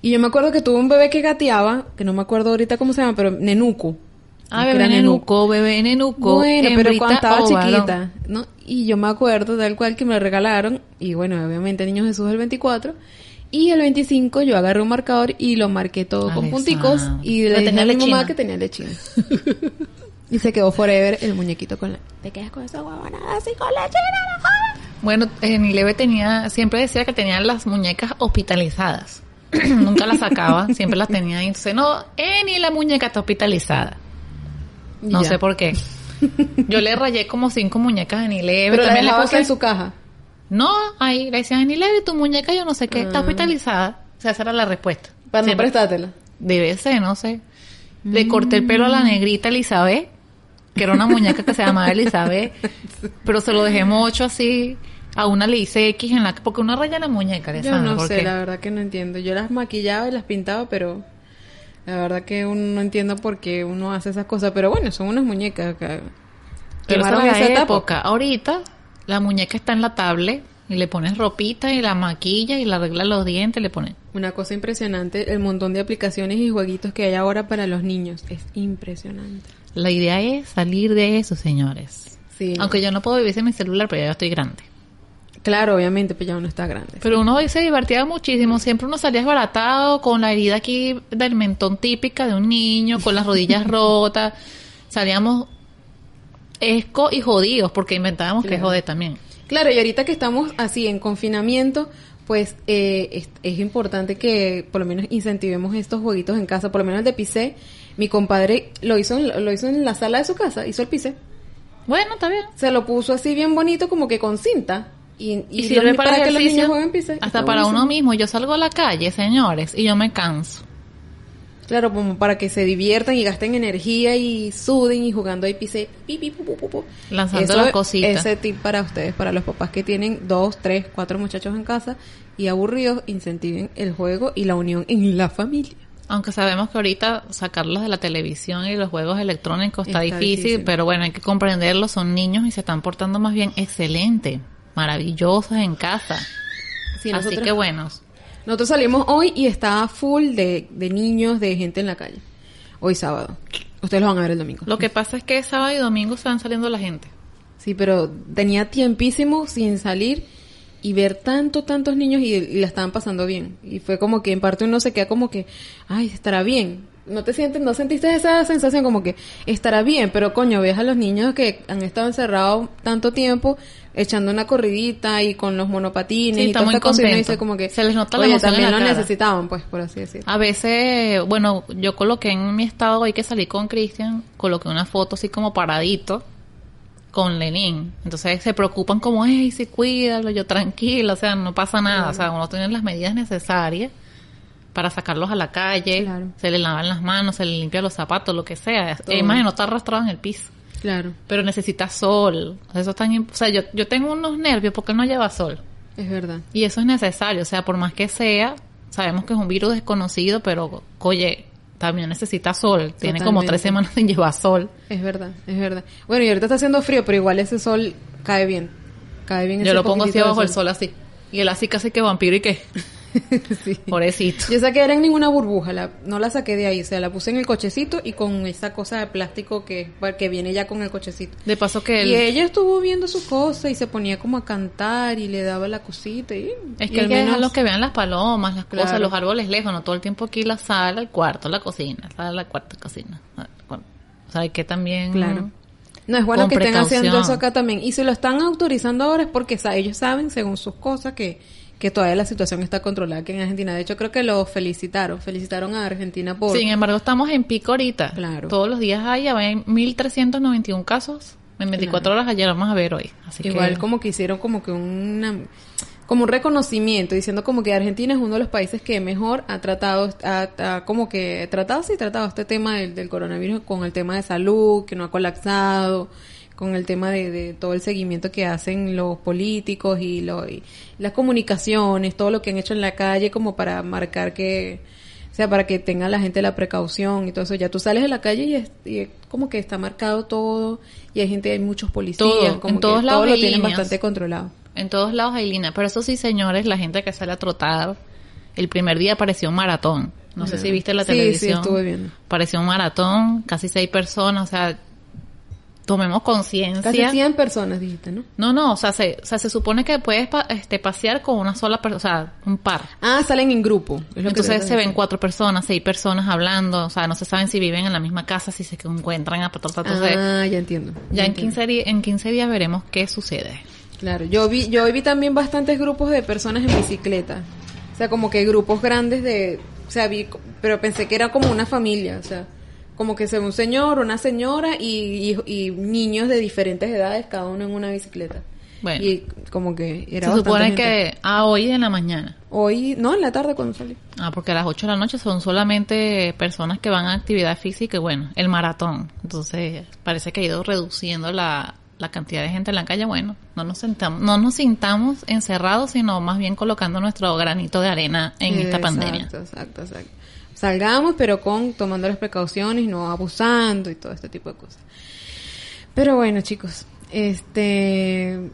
Speaker 1: Y yo me acuerdo que tuve un bebé que gateaba, que no me acuerdo ahorita cómo se llama, pero Nenuco.
Speaker 2: Ah,
Speaker 1: Creo que
Speaker 2: bebé
Speaker 1: era
Speaker 2: nenuco, bebé nenuco.
Speaker 1: Bueno, pero
Speaker 2: hembrita
Speaker 1: cuando estaba
Speaker 2: o varón.
Speaker 1: chiquita, ¿no? Y yo me acuerdo tal cual que me lo regalaron, y bueno, obviamente Niño Jesús el 24, y el 25 yo agarré un marcador y lo marqué todo con
Speaker 2: Alexandra.
Speaker 1: punticos, y
Speaker 2: Pero
Speaker 1: le dije
Speaker 2: tenía
Speaker 1: a mi mamá
Speaker 2: lechina.
Speaker 1: que tenía lechina. [laughs] y se quedó forever el muñequito con la... Te quedas con esa huevonada así con lechina, no jodas?
Speaker 2: Bueno, eh, Nileve tenía, siempre decía que tenía las muñecas hospitalizadas. [clears throat] Nunca las sacaba, siempre las tenía ahí. Entonces, no, eh, ni la muñeca está hospitalizada.
Speaker 1: Y
Speaker 2: No
Speaker 1: ya.
Speaker 2: sé por qué. Yo le rayé como cinco muñecas a Nileve.
Speaker 1: Pero la
Speaker 2: También le
Speaker 1: dejabas
Speaker 2: puse
Speaker 1: en su caja.
Speaker 2: No, ahí le decían, Anilari, tu muñeca yo no sé qué, está
Speaker 1: Ah.
Speaker 2: hospitalizada. O sea, esa era la respuesta.
Speaker 1: Para no
Speaker 2: Siempre.
Speaker 1: prestártela.
Speaker 2: Debe ser, no sé. Le corté el pelo a
Speaker 1: Mm.
Speaker 2: la negrita Elizabeth, que era una muñeca que se llamaba
Speaker 1: [laughs]
Speaker 2: Elizabeth, pero se lo dejé mucho así. A una le hice X en la... Porque una raya en la muñeca,
Speaker 1: Yo
Speaker 2: Alessandra,
Speaker 1: no
Speaker 2: ¿por
Speaker 1: sé,
Speaker 2: qué?
Speaker 1: la verdad que no entiendo. Yo las maquillaba y las pintaba, pero la verdad que uno no entiendo por qué uno hace esas cosas. Pero bueno, son unas muñecas. Que
Speaker 2: Pero esa
Speaker 1: quemaron
Speaker 2: era la
Speaker 1: esa etapa.
Speaker 2: época. Ahorita la muñeca está en la tablet y le pones ropita y la maquilla y le arreglas los dientes, le pones...
Speaker 1: Una cosa impresionante, el montón de aplicaciones y jueguitos que hay ahora para los niños. Es impresionante.
Speaker 2: La idea es salir de eso, señores.
Speaker 1: Sí.
Speaker 2: Aunque yo no puedo vivir sin mi celular, pero ya yo estoy grande.
Speaker 1: Claro, obviamente, pero ya uno está grande.
Speaker 2: Pero uno se divertía muchísimo. Siempre uno salía esbaratado con la herida aquí del mentón típica de un niño, con las
Speaker 1: [laughs]
Speaker 2: rodillas rotas. Salíamos esco y jodidos porque inventábamos que
Speaker 1: Claro.
Speaker 2: joder también.
Speaker 1: Claro, y ahorita que estamos así en confinamiento, pues eh, es, es importante que por lo menos incentivemos estos jueguitos en casa. Por lo menos el de pisé, mi compadre lo hizo, en- lo hizo en la sala de su casa, hizo el pisé.
Speaker 2: Bueno, está bien.
Speaker 1: Se lo puso así bien bonito, como que con cinta. Y,
Speaker 2: Y, sirve
Speaker 1: los-
Speaker 2: para,
Speaker 1: que los
Speaker 2: ejercicio,
Speaker 1: niños jueguen pizza.
Speaker 2: hasta
Speaker 1: Está
Speaker 2: para
Speaker 1: buenísimo.
Speaker 2: uno mismo. Yo salgo a la calle, señores, y yo me canso.
Speaker 1: Claro, como para que se diviertan y gasten energía y suden y jugando ahí pise, pi, pi, pu, pu, pu, pu.
Speaker 2: Lanzando las cositas.
Speaker 1: Ese tip para ustedes, para los papás que tienen dos, tres, cuatro muchachos en casa y aburridos, incentiven el juego y la unión en la familia.
Speaker 2: Aunque sabemos que ahorita sacarlos de la televisión y los juegos electrónicos está,
Speaker 1: Está
Speaker 2: difícil,
Speaker 1: difícil.
Speaker 2: pero bueno, hay que comprenderlos. Son niños y se están portando más bien excelente, maravillosos en casa.
Speaker 1: Sí,
Speaker 2: Así
Speaker 1: nosotros-
Speaker 2: que buenos.
Speaker 1: Nosotros salimos hoy y está full de, de niños, de gente en la calle. Hoy sábado. Ustedes lo van a ver el domingo.
Speaker 2: Lo que pasa es que sábado y domingo están saliendo la gente.
Speaker 1: Sí, pero tenía tiempísimo sin salir y ver tanto, tantos niños y, y la estaban pasando bien. Y fue como que en parte uno se queda como que, ay, estará bien. ¿No te sientes, no sentiste esa sensación como que estará bien? Pero coño, ves a los niños que han estado encerrados tanto tiempo echando una corridita y con los monopatines
Speaker 2: Sí,
Speaker 1: y
Speaker 2: está
Speaker 1: toda
Speaker 2: muy
Speaker 1: esta cosa y uno
Speaker 2: contento.
Speaker 1: dice como que
Speaker 2: Se les nota la
Speaker 1: oye,
Speaker 2: emoción en
Speaker 1: también
Speaker 2: la
Speaker 1: lo
Speaker 2: cara". Ah.
Speaker 1: necesitaban, pues, por así decirlo.
Speaker 2: A veces, bueno, yo coloqué en mi estado hoy que salí con Cristian, coloqué una foto así como paradito con Lenin. Entonces se preocupan como, hey, sí, cuídalo, yo tranquilo, o sea, no pasa nada. O sea, uno tiene las medidas necesarias para sacarlos a la calle,
Speaker 1: Claro.
Speaker 2: se le lavan las manos, se le limpia los zapatos, lo que sea.
Speaker 1: Todo.
Speaker 2: Es más, no está arrastrado en el piso.
Speaker 1: Claro,
Speaker 2: Pero necesita sol. Eso es tan imp- O sea, yo, yo tengo unos nervios porque él no lleva sol.
Speaker 1: es verdad.
Speaker 2: Y eso es necesario, o sea, por más que sea, sabemos que es un virus desconocido, pero oye, también necesita sol. Tiene como
Speaker 1: Totalmente.
Speaker 2: tres semanas sin llevar sol.
Speaker 1: Es verdad, es verdad. Bueno, y ahorita está haciendo frío, pero igual ese sol cae bien. Cae bien
Speaker 2: Yo
Speaker 1: ese
Speaker 2: lo pongo así
Speaker 1: poquitito de
Speaker 2: bajo el sol así. Y él así casi que [laughs] vampiro y qué.
Speaker 1: [laughs] sí.
Speaker 2: Pobrecito.
Speaker 1: Yo saqué era en ninguna burbuja, la- no la saqué de ahí, o sea, la puse en el cochecito y con esa cosa de plástico que, que viene ya con el cochecito.
Speaker 2: De paso que él...
Speaker 1: Y ella estuvo viendo su cosa y se ponía como a cantar y le daba la cosita y...
Speaker 2: Es
Speaker 1: y
Speaker 2: que al
Speaker 1: ella
Speaker 2: menos
Speaker 1: así.
Speaker 2: los que vean las palomas, las cosas,
Speaker 1: Claro.
Speaker 2: los árboles lejos, no todo el tiempo aquí la sala, el cuarto, la cocina, sala, la cuarta cocina. sala, el cuarto. O sea, hay que también...
Speaker 1: Claro. No, es bueno
Speaker 2: Con
Speaker 1: que estén haciendo
Speaker 2: precaución.
Speaker 1: eso acá también. Y si lo están autorizando ahora es porque sa- ellos saben, según sus cosas, que, que todavía la situación está controlada aquí en Argentina. De hecho, creo que lo felicitaron. Felicitaron a Argentina por...
Speaker 2: Sin embargo, estamos en pico ahorita.
Speaker 1: Claro.
Speaker 2: Todos los días hay, ya van 1.391 casos. En 24 horas ayer vamos a ver hoy. Así que-
Speaker 1: Igual como que hicieron como que una... Como un reconocimiento, diciendo como que Argentina es uno de los países que mejor ha tratado, ha, ha como que tratado, sí, tratado este tema del, del coronavirus con el tema de salud, que no ha colapsado, con el tema de, de todo el seguimiento que hacen los políticos y, lo, y las comunicaciones, todo lo que han hecho en la calle como para marcar que, o sea, para que tenga la gente la precaución y todo eso. Ya tú sales de la calle y es, y es como que está marcado todo y hay gente, hay muchos policías,
Speaker 2: Todo,
Speaker 1: como
Speaker 2: en todos
Speaker 1: que
Speaker 2: lados
Speaker 1: todo lo
Speaker 2: hay
Speaker 1: tienen
Speaker 2: líneas.
Speaker 1: bastante controlado.
Speaker 2: En todos lados hay lina. Pero eso sí, señores, la gente que sale a trotar. El primer día pareció un maratón. No sé
Speaker 1: Ajá.
Speaker 2: si viste la
Speaker 1: Sí, sí,
Speaker 2: televisión.
Speaker 1: estuve viendo.
Speaker 2: Pareció un maratón, casi seis personas. O sea, tomemos
Speaker 1: Casi
Speaker 2: conciencia.
Speaker 1: 100 personas dijiste, ¿no?
Speaker 2: No, no, o sea, se, o sea, se supone que puedes pa- este, pasear con una sola persona, o sea, un par.
Speaker 1: Ah, salen en grupo. es lo que
Speaker 2: Entonces
Speaker 1: tratas
Speaker 2: se
Speaker 1: de
Speaker 2: ven
Speaker 1: decir.
Speaker 2: cuatro personas, seis personas hablando, o sea, no se saben si viven en la misma casa, si se encuentran a Entonces,
Speaker 1: Ah, ya entiendo.
Speaker 2: ya en
Speaker 1: entiendo.
Speaker 2: 15, di- en 15 días veremos qué sucede.
Speaker 1: Claro, yo vi, yo vi también bastantes grupos de personas en bicicleta. O sea, como que grupos grandes de, o sea, vi, co- pero pensé que era como una familia, o sea, como que sea un señor, una señora y, y- y niños de diferentes edades, cada uno en una bicicleta.
Speaker 2: Bueno.
Speaker 1: Y como que era
Speaker 2: se
Speaker 1: bastante
Speaker 2: supone
Speaker 1: gente.
Speaker 2: que a hoy en la mañana.
Speaker 1: Hoy, no, en la tarde cuando salí.
Speaker 2: Ah, porque a las 8 de la noche son solamente personas que van a actividad física y bueno, el maratón. Entonces, parece que ha ido reduciendo la, la cantidad de gente en la calle. Bueno, no nos sentamos, no nos sintamos encerrados, sino más bien colocando nuestro granito de arena en esta
Speaker 1: Exacto,
Speaker 2: pandemia.
Speaker 1: Exacto, exacto. Salgamos, pero con tomando las precauciones, no abusando y todo este tipo de cosas. Pero bueno, chicos, este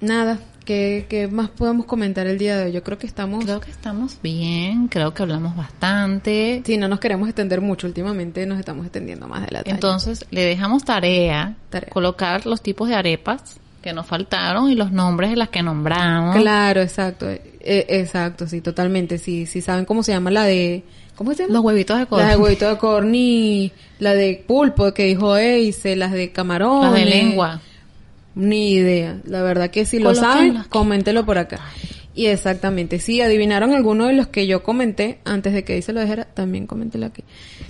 Speaker 1: nada, ¿qué, qué más podemos comentar el día de hoy? Yo creo que estamos
Speaker 2: Creo que estamos bien, creo que hablamos bastante.
Speaker 1: si no nos queremos extender mucho últimamente, nos estamos extendiendo más de la talla.
Speaker 2: Entonces, le dejamos tarea,
Speaker 1: Tarea.
Speaker 2: colocar los tipos de arepas que nos faltaron y los nombres de las que nombramos.
Speaker 1: Claro, exacto. eh, eh, exacto, sí, totalmente. Sí, sí saben cómo se llama la de ¿Cómo se llama?
Speaker 2: Los huevitos [laughs] de codorniz.
Speaker 1: La de huevito de corní, la de pulpo que dijo Ace, las de camarón.
Speaker 2: Las de lengua.
Speaker 1: Ni idea. La verdad que si lo
Speaker 2: Colóquenlo
Speaker 1: saben,
Speaker 2: aquí.
Speaker 1: coméntelo por acá. Y exactamente, si adivinaron alguno de los que yo comenté antes de que Ace lo dejara, también coméntelo aquí.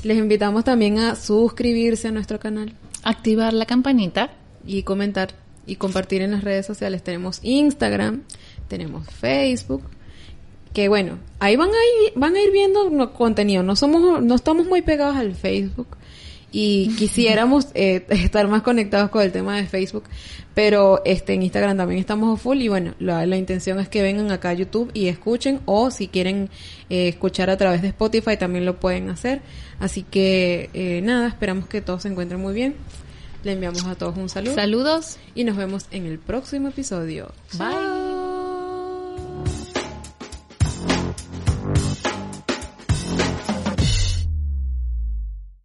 Speaker 1: Les invitamos también a suscribirse a nuestro canal
Speaker 2: Activar la campanita
Speaker 1: y comentar. y compartir en las redes sociales. Tenemos Instagram, tenemos Facebook, que bueno, ahí van a ir, van a ir viendo no- contenido. No somos, no estamos muy pegados al Facebook y quisiéramos eh, [laughs] estar más conectados con el tema de Facebook, pero este en Instagram también estamos a full y bueno, la, la intención es que vengan acá a YouTube y escuchen o si quieren eh, escuchar a través de Spotify también lo pueden hacer. Así que eh, nada, esperamos que todos se encuentren muy bien. Le enviamos a todos un saludo
Speaker 2: Saludos.
Speaker 1: y nos vemos en el próximo episodio.
Speaker 2: Bye.